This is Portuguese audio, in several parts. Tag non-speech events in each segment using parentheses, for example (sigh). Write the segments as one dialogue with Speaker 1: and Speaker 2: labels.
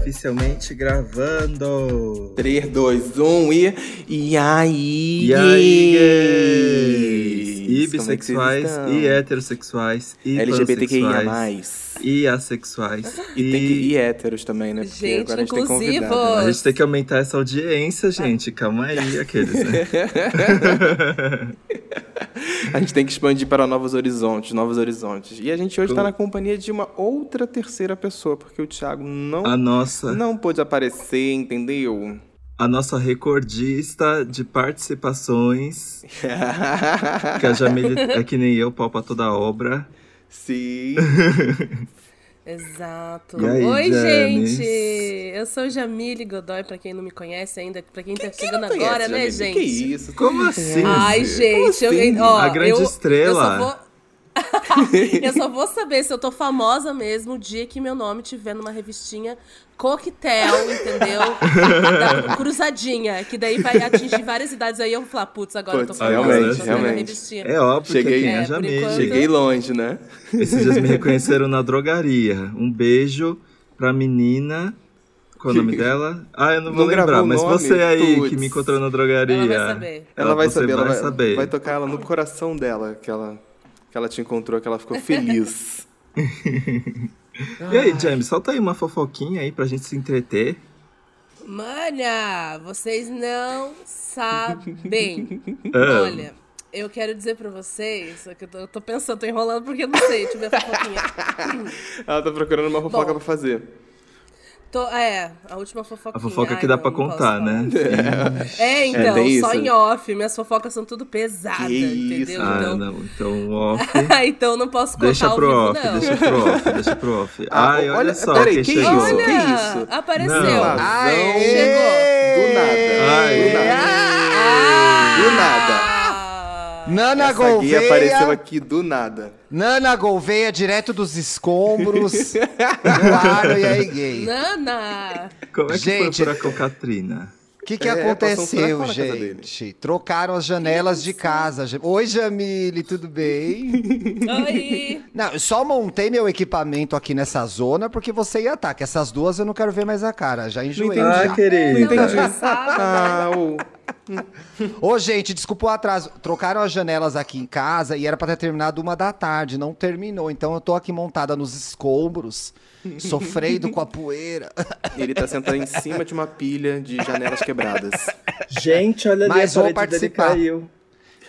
Speaker 1: oficialmente gravando.
Speaker 2: 3, 2, 1 e. E aí?
Speaker 1: E aí, gays?
Speaker 2: gays?
Speaker 1: E
Speaker 2: Como é que vocês
Speaker 1: bissexuais,
Speaker 2: estão?
Speaker 1: e heterossexuais, e pansexuais,
Speaker 2: LGBTQIA.
Speaker 1: e assexuais.
Speaker 2: (laughs) E, tem que, e héteros também, né? Porque
Speaker 3: Gente,
Speaker 2: agora a gente tem
Speaker 3: inclusivos.
Speaker 2: convidado. né?
Speaker 1: A gente tem que aumentar essa audiência, gente. Calma
Speaker 2: (laughs)
Speaker 1: aí, aqueles, né?
Speaker 2: a gente tem que expandir para novos horizontes, novos horizontes. E a gente hoje está
Speaker 1: Com-
Speaker 2: na companhia de uma outra terceira pessoa, porque o Thiago não,
Speaker 1: A nossa,
Speaker 2: não pôde aparecer,
Speaker 1: (laughs)
Speaker 2: entendeu?
Speaker 1: a nossa recordista de participações, que a Jamile é que nem eu, palpa toda a obra.
Speaker 2: Sim.
Speaker 3: Exato.
Speaker 1: E aí,
Speaker 3: Oi,
Speaker 1: Janis?
Speaker 3: gente! Eu sou Jamile Godoy, pra quem não me conhece ainda, pra quem tá chegando
Speaker 2: Quem não
Speaker 3: agora, né,
Speaker 2: conhece, Jamile?
Speaker 3: gente?
Speaker 2: Que isso?
Speaker 1: Como assim?
Speaker 3: Ai, gente, eu-
Speaker 2: assim?
Speaker 3: eu, ó,
Speaker 1: A grande
Speaker 3: eu-
Speaker 1: estrela.
Speaker 3: Eu só, vou, (laughs) eu só vou saber se eu tô famosa mesmo o dia que meu nome tiver numa revistinha coquetel, entendeu? Da- cruzadinha, que daí vai atingir várias idades. Aí eu vou falar, putz, agora eu tô
Speaker 2: Putz,
Speaker 3: famosa.
Speaker 1: realmente,
Speaker 3: tô vendo a
Speaker 2: realmente.
Speaker 3: revistinha.
Speaker 1: É óbvio
Speaker 2: Cheguei-
Speaker 1: que é quem é a
Speaker 3: É, por
Speaker 1: Jamile.
Speaker 3: enquanto-
Speaker 2: Cheguei longe, né?
Speaker 1: Esses dias me reconheceram na drogaria. Um beijo pra menina. Qual é o nome dela? Ah, eu não vou
Speaker 2: Não gravou
Speaker 1: lembrar,
Speaker 2: o
Speaker 1: mas
Speaker 2: nome?
Speaker 1: você aí que
Speaker 2: Putz.
Speaker 1: me encontrou na drogaria.
Speaker 3: Ela vai saber.
Speaker 2: Ela vai
Speaker 1: você
Speaker 2: saber, ela
Speaker 1: vai
Speaker 2: vai,
Speaker 1: saber.
Speaker 2: vai tocar ela no coração dela, que ela, que ela te encontrou, que ela ficou feliz.
Speaker 1: E aí, James, solta aí uma fofoquinha aí pra gente se entreter.
Speaker 3: Mana, vocês não
Speaker 1: (laughs)
Speaker 3: sabem.
Speaker 1: Ah.
Speaker 3: Olha, eu quero dizer pra vocês, só que eu tô, eu tô pensando, tô enrolando porque eu não sei, deixa eu ver a fofoquinha.
Speaker 2: Ela tá procurando uma fofoca
Speaker 3: Bom.
Speaker 2: pra fazer.
Speaker 3: Tô, é, a última fofoquinha.
Speaker 1: A fofoca
Speaker 3: Ai,
Speaker 1: que dá
Speaker 3: não,
Speaker 1: pra
Speaker 3: não posso
Speaker 1: contar,
Speaker 3: falar.
Speaker 1: né?
Speaker 3: É,
Speaker 2: É,
Speaker 3: então,
Speaker 2: tem
Speaker 3: só
Speaker 2: isso.
Speaker 3: em off, minhas fofocas são tudo pesadas,
Speaker 2: Que isso.
Speaker 3: entendeu?
Speaker 1: Ah,
Speaker 3: então,
Speaker 1: não. Então, off. (laughs)
Speaker 3: então (laughs) não posso contar
Speaker 1: Deixa
Speaker 3: ao
Speaker 1: pro
Speaker 3: vivo,
Speaker 1: off,
Speaker 3: não.
Speaker 1: deixa pro off, deixa pro off.
Speaker 2: Ah,
Speaker 1: Ai, olha,
Speaker 2: olha-
Speaker 1: só
Speaker 2: peraí,
Speaker 1: quem
Speaker 2: que
Speaker 1: chegou.
Speaker 2: isso?
Speaker 3: Olha,
Speaker 2: Que isso?
Speaker 3: apareceu.
Speaker 1: Não.
Speaker 2: Invasão
Speaker 3: Chegou.
Speaker 2: Do nada.
Speaker 1: Aê.
Speaker 2: Do nada. Do nada.
Speaker 3: Ah,
Speaker 4: Nana
Speaker 2: Essa guia
Speaker 4: Gouveia.
Speaker 2: apareceu aqui do nada.
Speaker 4: Nana Gouveia, direto dos
Speaker 2: (laughs)
Speaker 4: escombros. claro, e aí, gay.
Speaker 3: Nana!
Speaker 1: Como é que
Speaker 4: Gente.
Speaker 1: foi o furacão Katrina?
Speaker 4: O que, que
Speaker 2: É, passou um
Speaker 4: aconteceu,
Speaker 2: furacão na casa dele.
Speaker 4: gente? Trocaram as janelas de casa. Ja- Oi, Jamile, tudo
Speaker 2: (laughs)
Speaker 4: bem?
Speaker 3: Oi!
Speaker 4: Não, eu só montei meu equipamento aqui nessa zona porque você ia atacar. Essas duas eu não quero ver mais a cara. Já enjoei.
Speaker 2: entendi.
Speaker 4: já.
Speaker 1: Ah, querida.
Speaker 3: Não,
Speaker 2: Entendi.
Speaker 3: não sabe.
Speaker 2: Ah, o...
Speaker 4: Ô, gente, desculpa o atraso. Trocaram as janelas aqui em casa e era pra ter terminado uma da tarde, não terminou. Então eu tô aqui montada
Speaker 2: (laughs)
Speaker 4: nos escombros, sofrendo com a poeira.
Speaker 2: Ele tá sentado em cima de uma pilha de janelas quebradas.
Speaker 1: Gente, olha ali,
Speaker 4: Mas
Speaker 1: a
Speaker 4: vou
Speaker 1: parede dele
Speaker 4: participar.
Speaker 1: caiu.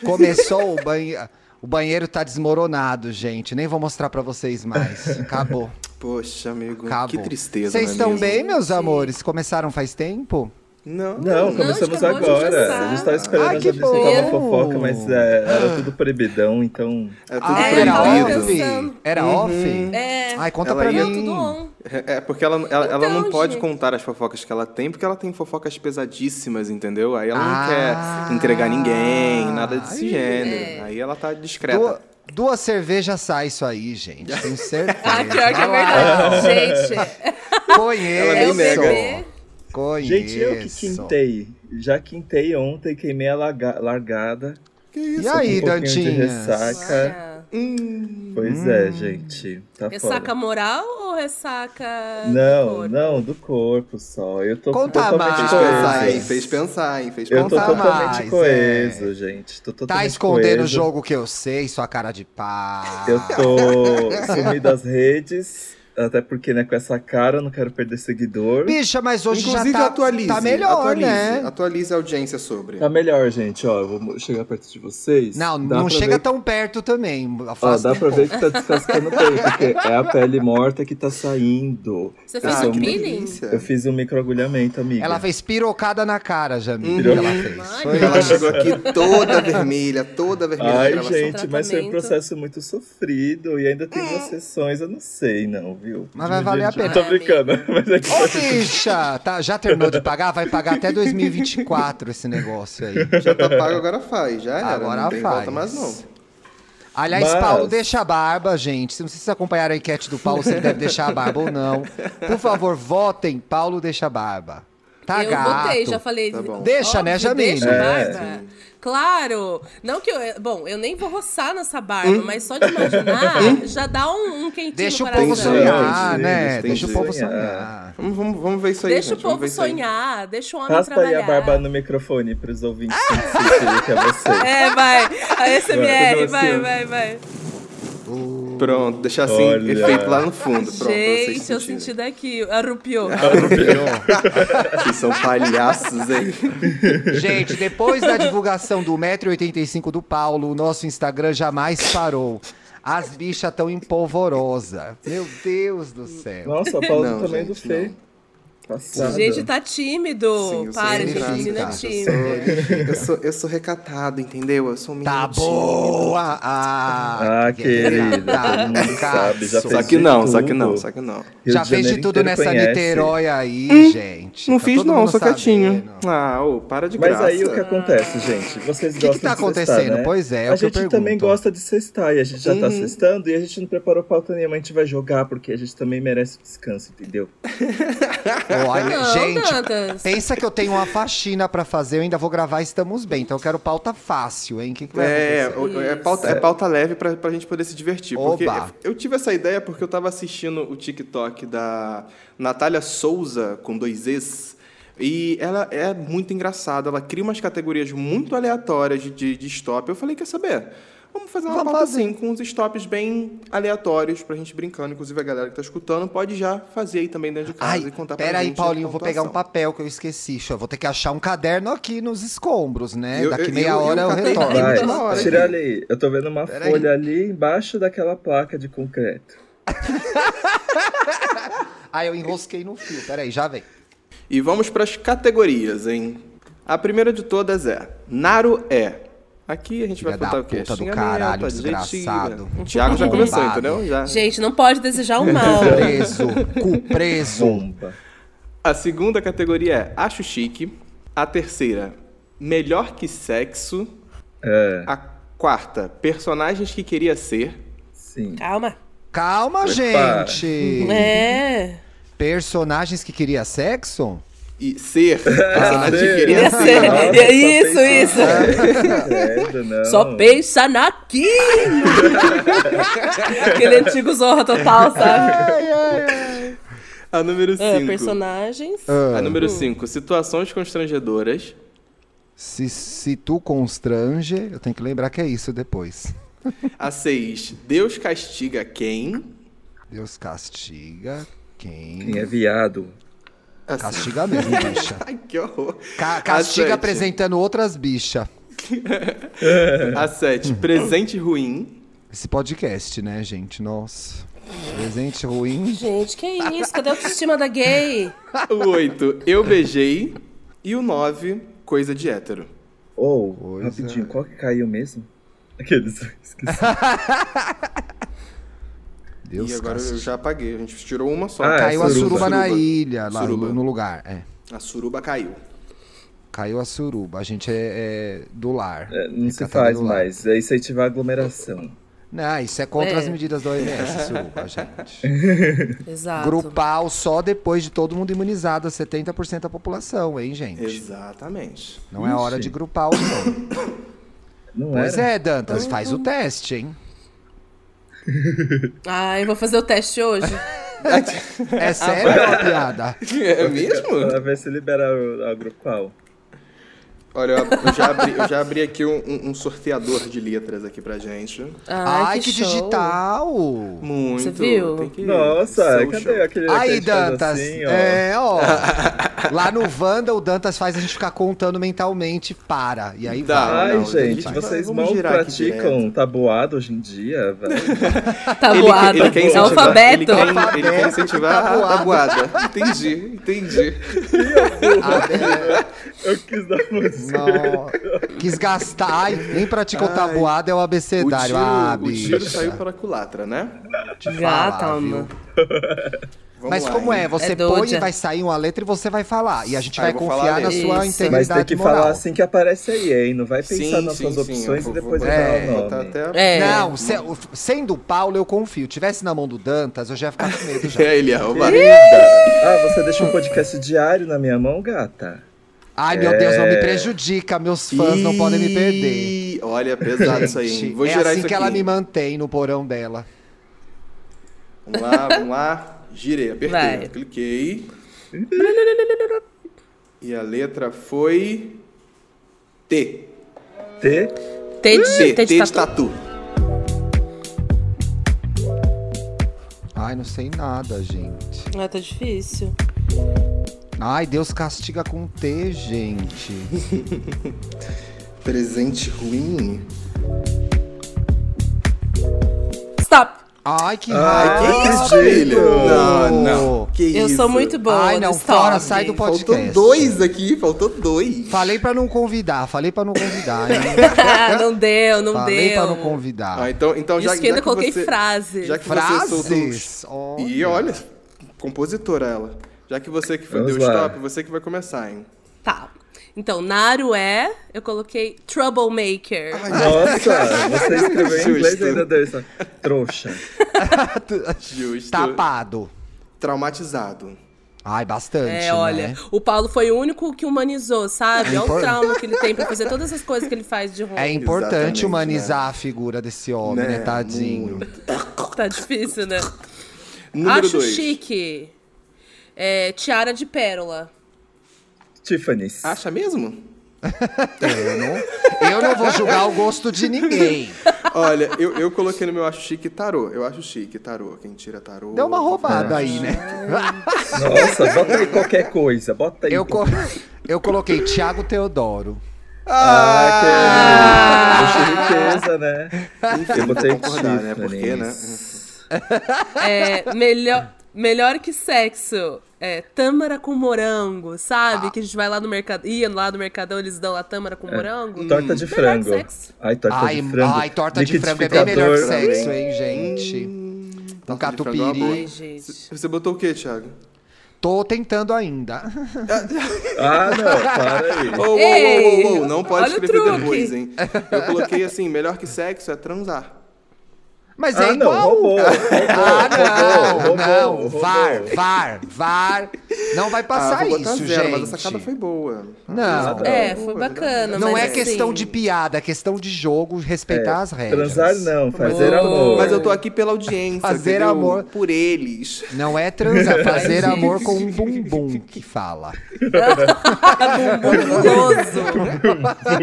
Speaker 4: Começou o banheiro. O banheiro tá desmoronado, gente. Nem vou mostrar pra vocês mais. Acabou.
Speaker 2: Poxa, amigo.
Speaker 4: Acabou.
Speaker 2: (laughs) Que tristeza,
Speaker 4: Vocês
Speaker 2: não é
Speaker 4: estão
Speaker 2: mesmo?
Speaker 4: bem, meus amores? Começaram faz tempo?
Speaker 2: Não.
Speaker 1: Não,
Speaker 3: Não,
Speaker 1: começamos
Speaker 3: acabou de
Speaker 1: agora.
Speaker 3: começar.
Speaker 1: A gente tava esperando
Speaker 4: Ai,
Speaker 1: a
Speaker 4: que
Speaker 1: gente contar uma
Speaker 4: bom.
Speaker 1: fofoca, mas é, era tudo proibidão, então.
Speaker 2: É tudo
Speaker 3: Ah,
Speaker 4: era
Speaker 3: tava
Speaker 2: proibido. Uhum.
Speaker 4: off?
Speaker 3: pensando.
Speaker 4: Era off?
Speaker 3: É.
Speaker 4: Ai, conta
Speaker 2: Ela
Speaker 4: pra
Speaker 2: ia-
Speaker 3: Não,
Speaker 4: mim.
Speaker 3: tudo on.
Speaker 2: É é porque ela, ela, ela
Speaker 3: Então,
Speaker 2: não pode
Speaker 3: gente.
Speaker 2: contar as fofocas que ela tem, porque ela tem fofocas pesadíssimas, entendeu? Aí ela não
Speaker 4: Ah.
Speaker 2: quer entregar ninguém, nada desse
Speaker 4: Ai.
Speaker 3: É.
Speaker 2: gênero. Aí ela tá discreta.
Speaker 4: Du- Duas cervejas sai isso aí, gente.
Speaker 2: (laughs)
Speaker 4: Tenho certeza.
Speaker 3: Ah, pior que é
Speaker 4: Vai lá.
Speaker 3: verdade. Gente,
Speaker 4: Conheço.
Speaker 2: Ela
Speaker 3: é
Speaker 2: nem
Speaker 3: o bebê.
Speaker 2: nega.
Speaker 4: Conheço.
Speaker 1: Gente, eu que quintei. Já quintei ontem, queimei a laga- largada.
Speaker 2: Que isso?
Speaker 4: E aí,
Speaker 1: um pouquinho de
Speaker 4: Dantinhas?
Speaker 1: ressaca.
Speaker 3: Olha,
Speaker 4: Hum.
Speaker 1: Pois é, gente. Tá
Speaker 3: Ressaca
Speaker 1: foda.
Speaker 3: moral ou ressaca. é do
Speaker 1: Não,
Speaker 3: corpo?
Speaker 1: não, do corpo só. Eu tô
Speaker 4: Conta
Speaker 1: totalmente
Speaker 2: Fez
Speaker 4: mais.
Speaker 2: pensar, hein?
Speaker 1: coeso.
Speaker 2: Fez pensar, hein? Fez
Speaker 1: Eu tô
Speaker 2: pensar.
Speaker 4: Conta
Speaker 1: totalmente
Speaker 4: mais,
Speaker 1: coeso,
Speaker 4: é.
Speaker 1: gente. Tô totalmente
Speaker 4: Tá escondendo o
Speaker 1: coeso.
Speaker 4: jogo que eu sei, sua cara de pá.
Speaker 1: Eu tô sumido das redes. Até porque, né, com essa cara eu não quero perder seguidor.
Speaker 4: Bicha, mas hoje
Speaker 2: Inclusive,
Speaker 4: já tá,
Speaker 2: atualize.
Speaker 4: tá melhor,
Speaker 2: atualize,
Speaker 4: né?
Speaker 2: Atualize a audiência sobre.
Speaker 1: Tá melhor, gente, ó. Eu vou chegar perto de vocês.
Speaker 4: Não,
Speaker 1: Dá
Speaker 4: não
Speaker 1: pra
Speaker 4: chega
Speaker 1: ver-
Speaker 4: tão perto também. assim,
Speaker 1: Ó,
Speaker 4: Afasta
Speaker 1: dá pra ver que tá descascando bem, porque é a pele morta que tá saindo.
Speaker 3: Você fez
Speaker 2: Ah,
Speaker 3: um
Speaker 1: que
Speaker 3: peeling?
Speaker 1: Eu fiz um microagulhamento, amiga.
Speaker 4: Ela fez pirocada na cara, Jamil.
Speaker 2: Pirocada.
Speaker 4: Ela fez. Foi
Speaker 2: Ela
Speaker 4: isso.
Speaker 2: chegou aqui toda vermelha, toda vermelha. na
Speaker 1: Ai,
Speaker 2: gravação.
Speaker 1: gente, mas foi um
Speaker 3: Tratamento.
Speaker 1: processo muito sofrido e ainda tem umas sessões, eu não sei, não, viu?
Speaker 4: Mas vai valer a
Speaker 1: Gente, eu
Speaker 3: pena.
Speaker 1: Tô brincando, (laughs) mas é que
Speaker 4: Ô, bicha! Tá, já terminou de pagar? Vai pagar até 2024 esse negócio aí.
Speaker 2: Já tá pago, agora faz. Já era.
Speaker 4: Agora
Speaker 2: não tem
Speaker 4: faz.
Speaker 2: volta mais, não.
Speaker 4: Aliás,
Speaker 1: Mas-
Speaker 4: Paulo, deixa a barba, gente. Não sei se vocês acompanharam a enquete do Paulo, se ele deve deixar a barba ou não. Por favor, votem. Paulo deixa a barba. Tá
Speaker 3: eu
Speaker 4: gato.
Speaker 3: votei, já falei.
Speaker 2: Tá bom.
Speaker 4: Deixa, né, Jamile?
Speaker 3: Deixa,
Speaker 1: É.
Speaker 3: Barba. Claro. Não que eu. é, Bom, eu nem vou roçar nessa barba, mas só de imaginar já dá um, um quentinho
Speaker 4: Deixa
Speaker 3: no
Speaker 4: o
Speaker 3: coração.
Speaker 4: povo
Speaker 2: Entendi,
Speaker 4: sonhar,
Speaker 1: entendi,
Speaker 4: né?
Speaker 1: entendi.
Speaker 4: Deixa o povo
Speaker 1: Sonhar.
Speaker 4: sonhar.
Speaker 2: Vamos, vamos, vamos ver isso aí,
Speaker 3: Deixa
Speaker 2: gente.
Speaker 3: o
Speaker 2: vamos
Speaker 3: povo
Speaker 2: ver isso aí.
Speaker 3: sonhar, deixa o homem
Speaker 1: Raspa aí
Speaker 3: trabalhar.
Speaker 1: a barba no microfone pros ouvintes sentirem que é você.
Speaker 3: É, vai. A SMR,
Speaker 1: Vai,
Speaker 3: vai,
Speaker 1: continua.
Speaker 3: vai, vai.
Speaker 2: Pronto, deixar assim,
Speaker 1: Olha.
Speaker 2: efeito lá no fundo. Pronto, pra vocês
Speaker 3: Gente, eu
Speaker 2: sentirem.
Speaker 3: senti daqui. Arrupiou.
Speaker 2: É. Vocês são palhaços, hein?
Speaker 4: Gente, depois da divulgação do 1,85m do Paulo, o nosso Instagram jamais parou. As bichas estão em polvorosa. Meu Deus do céu.
Speaker 1: Nossa, o Paulo
Speaker 2: Não,
Speaker 1: também do
Speaker 2: gente,
Speaker 1: feio. Passada.
Speaker 3: Gente, tá tímido.
Speaker 2: Sim, eu sou
Speaker 3: Para, né, gente, é
Speaker 4: recatada.
Speaker 3: menina
Speaker 4: Eu sou-
Speaker 3: tímida.
Speaker 2: Eu sou, eu sou recatado, entendeu? Eu sou um
Speaker 4: Tá
Speaker 2: menino
Speaker 4: boa! Ah, Tá
Speaker 1: Ah, querida, todo mundo sabe, já fez
Speaker 2: tímido. Só que
Speaker 1: de
Speaker 2: não, só que
Speaker 1: tudo.
Speaker 2: não, só que não.
Speaker 1: Rio
Speaker 4: Já
Speaker 1: de
Speaker 4: fez de
Speaker 1: Janeiro
Speaker 4: tudo
Speaker 1: inteiro
Speaker 4: nessa
Speaker 1: conhece.
Speaker 4: Niterói aí,
Speaker 2: Hum,
Speaker 4: gente.
Speaker 2: Não
Speaker 4: Tá
Speaker 2: fiz
Speaker 4: todo
Speaker 2: não,
Speaker 4: mundo
Speaker 2: sou quietinho.
Speaker 4: sabendo.
Speaker 2: Ah, ô, para de
Speaker 1: Mas
Speaker 2: graça.
Speaker 1: aí o que acontece, gente? Vocês gostam
Speaker 4: O que que tá
Speaker 1: de cestar,
Speaker 4: acontecendo?
Speaker 1: né?
Speaker 4: Pois é, é
Speaker 1: a
Speaker 4: o que eu
Speaker 1: gente também
Speaker 4: pergunto.
Speaker 1: gosta de cestar e a gente já tá
Speaker 2: Uhum.
Speaker 1: cestando e a gente não preparou pauta nenhuma, a gente vai jogar porque a gente também merece descanso, entendeu?
Speaker 4: Olha,
Speaker 3: Não,
Speaker 4: é gente,
Speaker 3: Dantas.
Speaker 4: pensa que eu tenho uma faxina pra fazer, eu ainda vou gravar Estamos Bem, então eu quero pauta fácil, hein? O que, que vai
Speaker 2: É,
Speaker 4: acontecer?
Speaker 2: o- é, pauta, é pauta leve pra, pra gente poder se divertir. Porque
Speaker 4: Oba.
Speaker 2: eu tive essa ideia porque eu tava assistindo o TikTok da Natália Souza, com dois Es, e ela é muito engraçada. Ela cria umas categorias muito aleatórias de, de, de stop. Eu falei, quer saber? Vamos fazer uma
Speaker 4: Vamos
Speaker 2: pauta assim, com uns stops bem aleatórios pra gente brincando. Inclusive, a galera que tá escutando pode já fazer aí também dentro de casa
Speaker 4: Ai,
Speaker 2: e contar pra gente.
Speaker 4: pera aí,
Speaker 2: a
Speaker 4: Paulinho, vou pegar um
Speaker 2: pontuação.
Speaker 4: papel que eu esqueci. Xô, vou ter que achar um caderno aqui nos escombros, né?
Speaker 2: Eu-
Speaker 4: Daqui
Speaker 2: eu-
Speaker 4: meia
Speaker 2: eu- eu
Speaker 4: hora eu,
Speaker 2: catei na
Speaker 4: retorno.
Speaker 2: Vai.
Speaker 4: Então,
Speaker 2: uma hora,
Speaker 1: tira
Speaker 2: hein?
Speaker 1: ali. Eu tô vendo uma
Speaker 4: Peraí.
Speaker 1: folha ali embaixo daquela placa de concreto.
Speaker 4: Ah, eu enrosquei no fio. Pera aí, já vem.
Speaker 2: E vamos para as categorias, hein? A primeira de todas é Naru é. Aqui a gente vai
Speaker 4: Filha
Speaker 2: botar
Speaker 4: da
Speaker 2: o quê?
Speaker 4: puta do
Speaker 2: Xingamento,
Speaker 4: caralho,
Speaker 2: adjetivo.
Speaker 4: desgraçado.
Speaker 2: O Thiago já
Speaker 4: Arrombado.
Speaker 2: começou, entendeu? Já.
Speaker 3: Gente, não pode desejar o mal.
Speaker 4: Preso, cu
Speaker 2: Hum.
Speaker 4: preso.
Speaker 1: Zomba.
Speaker 2: A segunda categoria é Acho Chique. A terceira, Melhor que Sexo.
Speaker 1: É,
Speaker 2: A quarta, Personagens que Queria Ser.
Speaker 1: sim.
Speaker 3: Calma.
Speaker 4: Calma,
Speaker 1: Prepara.
Speaker 4: gente.
Speaker 3: É.
Speaker 4: Personagens que queria sexo?
Speaker 2: E
Speaker 3: (laughs)
Speaker 2: ser,
Speaker 3: Ah, é
Speaker 2: personagens que
Speaker 1: ser.
Speaker 2: queria
Speaker 3: Ia
Speaker 1: Nossa, tá
Speaker 3: ser.
Speaker 2: ser.
Speaker 1: só
Speaker 3: né? É isso,
Speaker 1: pensa-
Speaker 3: isso.
Speaker 1: Credo, tá não.
Speaker 3: Só pensa naquilo. Aquele antigo Zorra Total,
Speaker 4: (laughs)
Speaker 3: sabe?
Speaker 4: Ai, ai, ai.
Speaker 2: A número
Speaker 3: É,
Speaker 2: 5.
Speaker 3: personagens.
Speaker 4: Ah.
Speaker 2: a número 5, Situações Constrangedoras.
Speaker 4: Se, se tu constrange, eu tenho que lembrar que é isso depois.
Speaker 2: A 6, Deus Castiga Quem.
Speaker 4: Deus castiga
Speaker 1: Quem
Speaker 4: quem
Speaker 1: é viado?
Speaker 2: A
Speaker 4: castiga mesmo, bicha.
Speaker 2: (laughs) Ai, que horror.
Speaker 4: Ca- castiga
Speaker 2: A sete.
Speaker 4: apresentando outras bichas.
Speaker 1: É.
Speaker 2: A 7. Presente ruim.
Speaker 4: Esse podcast, né, gente? Nossa. Presente ruim.
Speaker 3: Gente, que isso? Cadê a autoestima da gay?
Speaker 2: O 8. Eu beijei. E o 9. Coisa de hétero.
Speaker 1: Ou,
Speaker 4: Pois
Speaker 1: rapidinho,
Speaker 4: é.
Speaker 1: qual que caiu mesmo? Aqueles, esqueci.
Speaker 4: Deus
Speaker 2: e agora eu
Speaker 4: castiga.
Speaker 2: já apaguei. A gente tirou uma só.
Speaker 1: Ah,
Speaker 4: Caiu a
Speaker 1: suruba.
Speaker 4: suruba na
Speaker 2: Suruba.
Speaker 4: ilha, lá
Speaker 2: Suruba.
Speaker 4: no lugar. É.
Speaker 2: A suruba caiu.
Speaker 4: Caiu a suruba. A gente é, é do lar.
Speaker 1: É, não se
Speaker 4: Recatado
Speaker 1: faz
Speaker 4: do lar.
Speaker 1: mais, é incentivar a aglomeração.
Speaker 4: Não, isso é contra
Speaker 3: É.
Speaker 4: as medidas da OMS,
Speaker 2: (laughs)
Speaker 4: suruba, gente.
Speaker 3: Exato.
Speaker 4: Grupal só depois de todo mundo imunizado, 70% da população, hein, gente?
Speaker 2: Exatamente. (laughs)
Speaker 4: Não é
Speaker 1: Ixi.
Speaker 4: hora de grupal,
Speaker 1: (coughs)
Speaker 4: não.
Speaker 1: Não
Speaker 4: pois
Speaker 1: era?
Speaker 4: é, Dantas, faz o teste, hein?
Speaker 3: Ah, eu vou fazer o teste hoje.
Speaker 4: É sério a piada?
Speaker 2: É mesmo?
Speaker 1: Pra ver se libera o, a grupal.
Speaker 2: Olha, eu já abri, eu já abri aqui um, um- um sorteador de letras aqui pra gente.
Speaker 3: Ai,
Speaker 4: Ai, que,
Speaker 3: show.
Speaker 4: digital!
Speaker 2: Muito.
Speaker 3: Você viu?
Speaker 2: Tem que...
Speaker 1: Nossa,
Speaker 2: social.
Speaker 1: cadê aquele
Speaker 4: Aí,
Speaker 1: aquele que faz
Speaker 4: Dantas,
Speaker 1: assim, ó?
Speaker 4: é, ó. Lá no Wanda, o Dantas faz a gente ficar contando mentalmente, para. E aí
Speaker 2: Dá.
Speaker 4: vai.
Speaker 1: Ai,
Speaker 2: não,
Speaker 1: gente,
Speaker 2: vai.
Speaker 1: vocês
Speaker 2: Vamos
Speaker 1: mal
Speaker 2: girar aqui
Speaker 1: praticam tabuado hoje em dia, velho.
Speaker 3: Tabuado.
Speaker 2: Ele, quer- ele quer
Speaker 3: é
Speaker 2: incentivar-
Speaker 3: alfabeto.
Speaker 2: Ele quer, ele quer incentivar a
Speaker 4: Tabuada.
Speaker 2: tabuada. Entendi, entendi.
Speaker 1: Eu quis dar música.
Speaker 4: Não, quis gastar. Ai, nem praticou tabuada, é o
Speaker 2: O
Speaker 4: abecedário.
Speaker 2: tiro,
Speaker 4: ah,
Speaker 2: o tiro
Speaker 4: bicha.
Speaker 2: saiu pela culatra, né?
Speaker 4: Te falar,
Speaker 3: Gata,
Speaker 4: viu?
Speaker 3: mano.
Speaker 2: Vamos
Speaker 4: Mas
Speaker 2: lá,
Speaker 4: como
Speaker 2: hein?
Speaker 4: é? Você
Speaker 3: É
Speaker 4: põe
Speaker 3: doja.
Speaker 4: e vai sair uma letra e você vai falar. E a gente
Speaker 2: Aí
Speaker 4: vai
Speaker 2: eu vou falar
Speaker 4: confiar
Speaker 2: a
Speaker 4: na
Speaker 2: letra.
Speaker 3: Isso.
Speaker 4: sua
Speaker 1: Mas tem
Speaker 4: integridade
Speaker 1: que
Speaker 4: moral.
Speaker 1: falar assim que aparece aí, hein? Não vai pensar nas suas
Speaker 2: eu
Speaker 1: opções
Speaker 2: vou-
Speaker 1: e depois
Speaker 2: vou
Speaker 1: vai
Speaker 4: botar-
Speaker 1: dar o
Speaker 2: botar
Speaker 1: nome.
Speaker 2: Tá até-
Speaker 3: É.
Speaker 4: Não, se- o- sendo o Paulo, eu confio. Tivesse na mão do Dantas, eu já ia ficar com
Speaker 2: (laughs)
Speaker 4: medo já.
Speaker 2: É, ele é roubado.
Speaker 1: Ah, você deixa um podcast diário na minha mão, gata?
Speaker 4: Ai, meu Deus, não me prejudica. Meus fãs não podem me perder.
Speaker 2: É. Ih, Olha, é pesado isso aí. hein?
Speaker 4: Gente,
Speaker 2: Vou
Speaker 4: é
Speaker 2: girar
Speaker 4: assim
Speaker 2: isso
Speaker 4: que ela
Speaker 2: aqui.
Speaker 4: me mantém no porão dela.
Speaker 2: Vamos lá, vamos lá. Girei, apertei,
Speaker 3: Vai.
Speaker 2: cliquei. E a letra foi T.
Speaker 1: T?
Speaker 2: T,
Speaker 3: T de,
Speaker 2: T
Speaker 3: T de
Speaker 2: de
Speaker 3: tatu.
Speaker 2: tatu.
Speaker 4: Ai, não sei nada, gente.
Speaker 3: Ah, tá difícil.
Speaker 4: Ai, Deus castiga com T, gente.
Speaker 2: Presente ruim.
Speaker 3: Stop.
Speaker 4: Ai, que
Speaker 1: Ai,
Speaker 4: raiva.
Speaker 1: que
Speaker 2: isso, filho? Não, não. Que
Speaker 3: Eu
Speaker 2: isso?
Speaker 3: sou muito boa.
Speaker 4: Ai, não,
Speaker 3: no stop. (laughs)
Speaker 4: fora, sai do podcast.
Speaker 2: Faltou dois aqui, faltou dois.
Speaker 4: Falei pra não convidar, falei pra não
Speaker 3: (laughs)
Speaker 4: convidar. hein?
Speaker 3: Ah, não deu, não
Speaker 4: falei pra
Speaker 3: deu.
Speaker 4: não convidar.
Speaker 2: Ah, então, então já,
Speaker 3: Isso que ainda
Speaker 2: já que
Speaker 3: coloquei
Speaker 2: você,
Speaker 3: frases.
Speaker 2: Já que
Speaker 4: Frases?
Speaker 2: você soltou...
Speaker 4: Olha.
Speaker 2: E olha, compositora ela. Já que você que foi,
Speaker 1: Vamos
Speaker 2: deu
Speaker 1: lá.
Speaker 2: stop, você que vai começar, hein?
Speaker 3: Tá. Então, Naru é, eu coloquei Troublemaker.
Speaker 1: Nossa, você escreveu em inglês
Speaker 2: Justo.
Speaker 1: e ainda deu essa trouxa.
Speaker 2: tá Justo.
Speaker 4: Tapado.
Speaker 2: Traumatizado.
Speaker 4: Ai, bastante.
Speaker 3: É, olha,
Speaker 4: né?
Speaker 3: o Paulo foi o único que humanizou, sabe? Olha o
Speaker 4: É Impor-
Speaker 3: trauma que ele tem pra fazer todas essas coisas que ele faz
Speaker 4: (laughs)
Speaker 3: de ruim.
Speaker 4: É importante
Speaker 2: Exatamente,
Speaker 4: humanizar
Speaker 2: né?
Speaker 4: a figura desse homem,
Speaker 2: Né?
Speaker 4: né, tadinho?
Speaker 2: Muito.
Speaker 3: Tá difícil, né?
Speaker 2: Número
Speaker 3: Acho
Speaker 2: 2.
Speaker 3: chique. É, tiara de pérola.
Speaker 1: Tiffany's.
Speaker 2: Acha mesmo?
Speaker 4: Eu não, eu não vou julgar o gosto de ninguém.
Speaker 2: Olha, eu, eu coloquei no meu acho chique tarô. Eu acho chique tarô. Quem tira tarô.
Speaker 4: Deu uma roubada aí, né?
Speaker 1: Nossa, bota aí qualquer coisa, bota aí.
Speaker 4: Eu, co- eu coloquei Tiago Teodoro.
Speaker 1: Ah, é que riqueza, né?
Speaker 2: Enfim,
Speaker 1: Eu botei
Speaker 2: concordar, né? Por quê, né?
Speaker 1: Tiffany's.
Speaker 3: É, melhor, melhor que sexo. É, tâmara com morango,
Speaker 1: Ah.
Speaker 3: sabe? Que a gente vai lá no mercado. Ia lá no mercadão, eles dão a tâmara com morango.
Speaker 1: É.
Speaker 3: Hum.
Speaker 1: Torta
Speaker 2: Hum.
Speaker 1: de
Speaker 3: Melhor que
Speaker 1: frango.
Speaker 3: sexo.
Speaker 1: Ai, torta
Speaker 4: Ai,
Speaker 1: de frango.
Speaker 4: ai, torta de frango é bem melhor que
Speaker 1: Liquidificador.
Speaker 4: sexo, hein, gente? Um
Speaker 2: Hum, torta de frango é uma
Speaker 4: catupiry.
Speaker 3: Ai, gente.
Speaker 2: Você botou o quê, Thiago?
Speaker 4: Tô tentando ainda. (laughs)
Speaker 1: Ah, não, para aí.
Speaker 2: Oh, oh,
Speaker 3: Ei,
Speaker 2: oh, oh, oh, não pode
Speaker 3: olha o
Speaker 2: escrever
Speaker 3: truque.
Speaker 2: depois, hein? Eu coloquei assim, melhor que sexo é transar.
Speaker 4: Mas é
Speaker 1: Ah, não,
Speaker 4: igual.
Speaker 1: roubou.
Speaker 4: Ah, não,
Speaker 1: roubou,
Speaker 4: não.
Speaker 1: roubou. É,
Speaker 4: VAR, Var, Var. Não vai passar
Speaker 2: Ah, vou botar
Speaker 4: isso,
Speaker 2: zero,
Speaker 4: gente.
Speaker 2: Mas a sacada foi boa. Ah,
Speaker 4: Não.
Speaker 2: Boa,
Speaker 3: É, foi
Speaker 2: boa,
Speaker 3: bacana,
Speaker 4: Não
Speaker 3: mas
Speaker 4: é
Speaker 3: assim-
Speaker 4: questão de piada, é questão de jogo, respeitar as regras.
Speaker 1: É, Transar não, fazer
Speaker 3: Oh.
Speaker 1: amor.
Speaker 2: Mas
Speaker 1: (laughs)
Speaker 2: eu tô aqui pela audiência.
Speaker 4: Fazer
Speaker 2: entendeu?
Speaker 4: amor.
Speaker 2: Por eles.
Speaker 4: Não
Speaker 1: (laughs)
Speaker 4: é transar, fazer
Speaker 3: Ai,
Speaker 4: amor com um bumbum que fala.
Speaker 3: Bumbum
Speaker 1: (laughs)
Speaker 3: guloso.
Speaker 2: Ah,
Speaker 1: Tá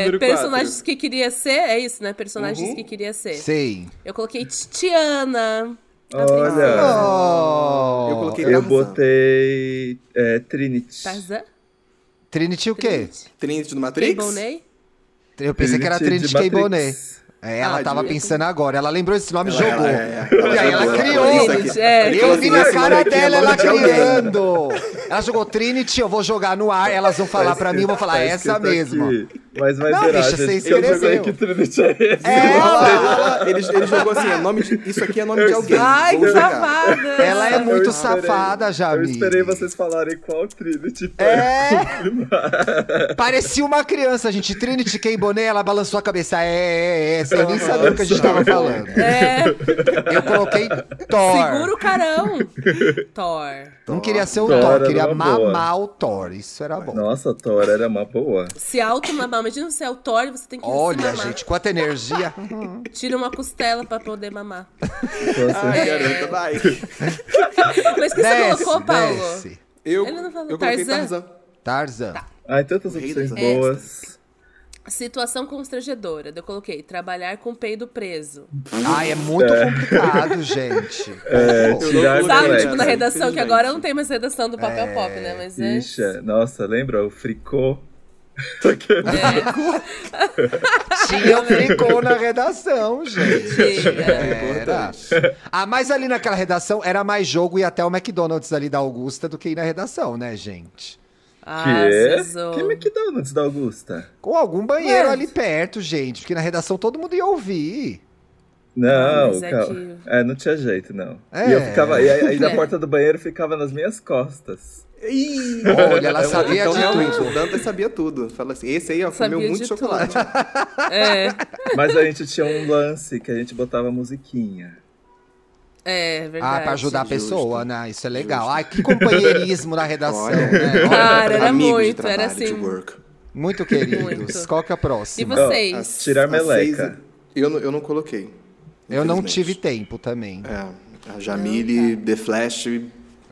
Speaker 2: tá número quatro.
Speaker 3: personagens que queria ser, é isso, né? Personagens
Speaker 2: Uhum.
Speaker 3: que queria ser.
Speaker 4: Sim.
Speaker 3: Eu coloquei Titiana. Tá
Speaker 1: Olha,
Speaker 4: Oh.
Speaker 2: Eu coloquei
Speaker 1: Ah. eu
Speaker 2: Tarzan.
Speaker 1: botei é, Trinity.
Speaker 3: Tarzan?
Speaker 4: Trinity o quê?
Speaker 2: Trinity do Matrix?
Speaker 3: Trinity.
Speaker 4: Eu pensei que era
Speaker 1: Trinity de
Speaker 4: Trinity K. Bonet.
Speaker 1: Matrix.
Speaker 4: É, ela
Speaker 2: Ah,
Speaker 4: tava
Speaker 2: de-
Speaker 4: pensando agora. Ela lembrou esse nome e
Speaker 2: Ela-
Speaker 4: jogou.
Speaker 1: é.
Speaker 2: ela-
Speaker 4: E aí ela
Speaker 2: jogou,
Speaker 4: criou.
Speaker 2: colocou isso aqui.
Speaker 3: É,
Speaker 2: Ela
Speaker 4: Eu vi na
Speaker 2: colocou
Speaker 4: cara
Speaker 2: isso aqui,
Speaker 4: dela ela
Speaker 2: nome de alguém.
Speaker 4: criando. Ela jogou Trinity, eu vou jogar no ar, elas vão falar pra mim, eu vou falar "É
Speaker 1: Tá
Speaker 4: essa
Speaker 1: escrito
Speaker 4: mesma.
Speaker 1: aqui. Mas vai
Speaker 4: Não,
Speaker 1: virar,
Speaker 4: bicha,
Speaker 1: gente.
Speaker 4: você
Speaker 1: que Eu joguei
Speaker 4: escreveu.
Speaker 1: que Trinity é esse.
Speaker 4: É ela,
Speaker 2: Ele, ele jogou assim, é nome de- isso aqui é nome de alguém.
Speaker 3: Ai, que
Speaker 2: Vamos jogar.
Speaker 3: safada.
Speaker 4: ela é
Speaker 1: Eu
Speaker 4: muito
Speaker 1: esperei.
Speaker 4: safada,
Speaker 1: Eu
Speaker 4: Jamile.
Speaker 1: esperei vocês falarem qual Trinity foi.
Speaker 4: É!
Speaker 1: (laughs)
Speaker 4: Parecia uma criança, gente. Trinity K. Bonet, ela balançou a cabeça. É, é, é. Você nem sabia o que a gente tava falando.
Speaker 3: É,
Speaker 4: Eu coloquei Thor.
Speaker 3: segura o
Speaker 4: (laughs)
Speaker 3: carão. Thor.
Speaker 4: Não queria ser o
Speaker 1: Thor
Speaker 4: Thor,
Speaker 1: era
Speaker 4: queria
Speaker 1: uma
Speaker 4: mamar
Speaker 1: boa.
Speaker 4: o Thor. Isso era bom.
Speaker 1: Nossa, Thor era uma boa.
Speaker 3: Se
Speaker 4: (laughs)
Speaker 3: automamar. Imagina você é o Thor e você tem que se
Speaker 4: Olha,
Speaker 3: mamar.
Speaker 4: gente, quanta energia.
Speaker 3: Tira uma costela pra poder mamar.
Speaker 1: Então, assim,
Speaker 2: Ai, garota, vai.
Speaker 3: Mas o que você colocou, Paulo?
Speaker 4: desce.
Speaker 2: Eu,
Speaker 3: Ele não falou
Speaker 2: eu coloquei
Speaker 3: Tarzan.
Speaker 2: Tarzan.
Speaker 4: Tarzan.
Speaker 1: Ai, tantas
Speaker 2: Rei
Speaker 1: opções
Speaker 2: das
Speaker 1: boas.
Speaker 3: Situação constrangedora. Eu coloquei trabalhar com peido preso.
Speaker 4: Ai, é muito complicado, gente.
Speaker 1: É,
Speaker 4: Pô,
Speaker 1: tirar
Speaker 2: Eu
Speaker 3: Sabe,
Speaker 2: coloquei
Speaker 3: tipo, na
Speaker 2: essa,
Speaker 3: redação, que
Speaker 2: infelizmente.
Speaker 3: agora não tem mais redação do papel pop, né? Mas é.
Speaker 1: Bicha, nossa, lembra o fricô?
Speaker 4: Tinha um tricô na redação, (laughs) gente.
Speaker 3: Tinha.
Speaker 4: É, Era. Ah, mas ali naquela redação era mais jogo e até o McDonald's ali da Augusta do que ir na redação, né, gente?
Speaker 3: Ah,
Speaker 1: que? é?
Speaker 3: Zezou.
Speaker 1: Que McDonald's da Augusta?
Speaker 4: Com algum banheiro
Speaker 3: Mas-
Speaker 4: ali perto, gente, porque na redação todo mundo ia ouvir.
Speaker 1: Não,
Speaker 3: Mas é
Speaker 1: cal-
Speaker 3: que-
Speaker 1: é, não tinha jeito, não.
Speaker 4: É.
Speaker 1: E eu ficava, e aí, aí da
Speaker 3: É.
Speaker 1: porta do banheiro ficava nas minhas costas.
Speaker 2: Ih!
Speaker 4: Olha, ela sabia
Speaker 2: então,
Speaker 4: de
Speaker 2: realmente,
Speaker 4: tudo.
Speaker 2: o Dantas sabia tudo. Fala assim, esse aí, ó,
Speaker 3: Sabia
Speaker 2: comeu muito
Speaker 3: de
Speaker 2: chocolate.
Speaker 3: É,
Speaker 1: Mas a gente tinha um lance que a gente botava musiquinha.
Speaker 3: é
Speaker 4: Ah,
Speaker 3: verdade.
Speaker 4: pra ajudar a
Speaker 2: Justo.
Speaker 4: pessoa, né? Isso é legal. Ai, que companheirismo na redação,
Speaker 2: Olha.
Speaker 4: né? Olha,
Speaker 3: Cara, era
Speaker 2: Amigos de
Speaker 3: muito,
Speaker 2: trabalho,
Speaker 3: era assim.
Speaker 2: de work.
Speaker 4: Muito queridos.
Speaker 3: Muito.
Speaker 4: Qual que é a
Speaker 3: E
Speaker 4: próxima?
Speaker 1: você-
Speaker 3: vocês?
Speaker 2: As-
Speaker 1: Ah, Tirar
Speaker 2: as
Speaker 1: meleca.
Speaker 2: seis- Eu, não- eu não coloquei.
Speaker 4: Eu não
Speaker 2: infelizmente.
Speaker 4: tive tempo também.
Speaker 2: É, a Jamile, The Flash,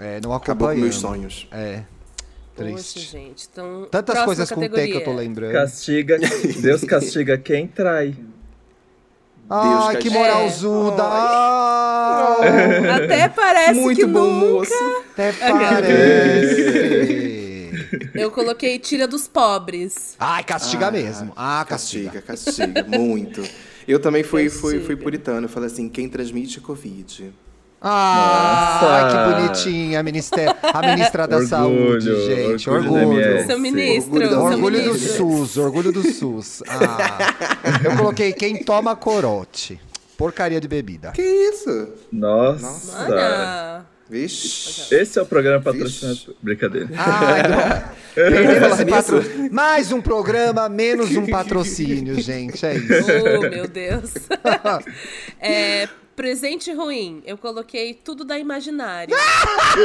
Speaker 4: É, não
Speaker 2: acabou com meus
Speaker 4: acompanhei.
Speaker 2: sonhos.
Speaker 4: É,
Speaker 3: Poxa,
Speaker 4: triste.
Speaker 3: gente. Então,
Speaker 4: Tantas
Speaker 3: próxima
Speaker 4: coisas com T que eu tô
Speaker 3: categoria.
Speaker 4: lembrando.
Speaker 1: Castiga, Deus castiga quem trai.
Speaker 4: Ai,
Speaker 2: Deus,
Speaker 4: Ah, que Ah!
Speaker 2: castiga.
Speaker 3: É.
Speaker 4: moralzuda!
Speaker 3: (laughs)
Speaker 4: Ai,
Speaker 3: Até parece que
Speaker 2: Muito bom,
Speaker 3: nunca.
Speaker 2: moço.
Speaker 4: Até parece!
Speaker 3: Eu coloquei tira dos pobres.
Speaker 4: Ai, castiga mesmo. Ah, castiga.
Speaker 2: Castiga, castiga, muito. Eu também fui, fui, fui
Speaker 3: Castiga.
Speaker 2: puritano. Eu falei assim, quem transmite é Covid.
Speaker 4: Ah,
Speaker 1: Nossa.
Speaker 4: que bonitinha a ministra, a ministra da
Speaker 1: Orgulho,
Speaker 4: saúde, gente.
Speaker 1: orgulho da
Speaker 4: Orgulho.
Speaker 1: MS.
Speaker 3: Seu ministro,
Speaker 2: Orgulho da-
Speaker 3: seu
Speaker 4: É, Orgulho do
Speaker 3: ministro.
Speaker 4: SUS, orgulho do SUS. Ah, eu coloquei quem toma corote. Porcaria de bebida.
Speaker 2: Que isso?
Speaker 1: Nossa.
Speaker 3: Ah, Mana.
Speaker 2: Vixe.
Speaker 1: Esse é o programa patrocinado. Brincadeira.
Speaker 4: Ai, não.
Speaker 2: falar
Speaker 4: Esse um patro-
Speaker 2: nisso?
Speaker 4: Mais um programa,
Speaker 2: (laughs)
Speaker 4: menos um patrocínio, gente. É isso.
Speaker 3: Oh, meu
Speaker 4: (laughs)
Speaker 3: Deus. É, presente ruim. Eu coloquei tudo da imaginária.
Speaker 4: Ah!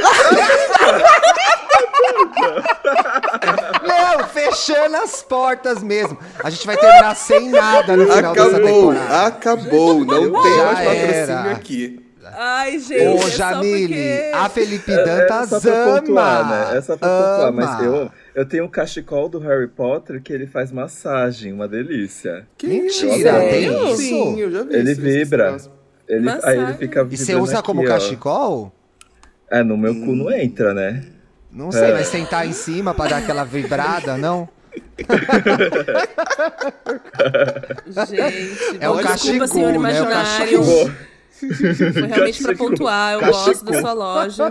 Speaker 4: Não, fechando as portas mesmo. A gente vai terminar sem nada no final dessa
Speaker 2: Acabou,
Speaker 4: temporada.
Speaker 2: acabou. Não tem
Speaker 4: Já
Speaker 2: mais patrocínio
Speaker 4: era.
Speaker 2: aqui.
Speaker 3: Ai, gente.
Speaker 4: Ô,
Speaker 3: é só
Speaker 4: Jamile,
Speaker 3: porque-
Speaker 4: a Felipe
Speaker 1: É só
Speaker 4: Dantas
Speaker 1: pra
Speaker 4: ama.
Speaker 1: pontuar, né? É só pra pontuar, mas
Speaker 4: ama.
Speaker 1: eu, eu tenho um cachecol do Harry Potter que ele faz massagem, uma delícia.
Speaker 2: Que
Speaker 4: Mentira,
Speaker 1: isso?
Speaker 4: tem isso?
Speaker 2: Sim, eu já vi
Speaker 1: Ele
Speaker 2: isso, vi esse
Speaker 1: vibra.
Speaker 2: negócio.
Speaker 1: Ele, aí
Speaker 3: Massagem.
Speaker 1: ele fica
Speaker 4: E
Speaker 1: vibrando
Speaker 4: você usa como
Speaker 1: aqui, ó.
Speaker 4: cachecol?
Speaker 1: É, no meu cu não entra, né?
Speaker 4: Não sei, mas sentar em cima pra dar aquela vibrada, não?
Speaker 3: Gente,
Speaker 4: É o
Speaker 3: desculpa,
Speaker 4: cachecol,
Speaker 3: senhor
Speaker 4: né? É o
Speaker 3: imaginário.
Speaker 4: cachecol.
Speaker 1: (laughs)
Speaker 3: Foi realmente pra
Speaker 1: Cachecol.
Speaker 3: pontuar. Eu
Speaker 1: Cachecol.
Speaker 3: gosto da sua loja.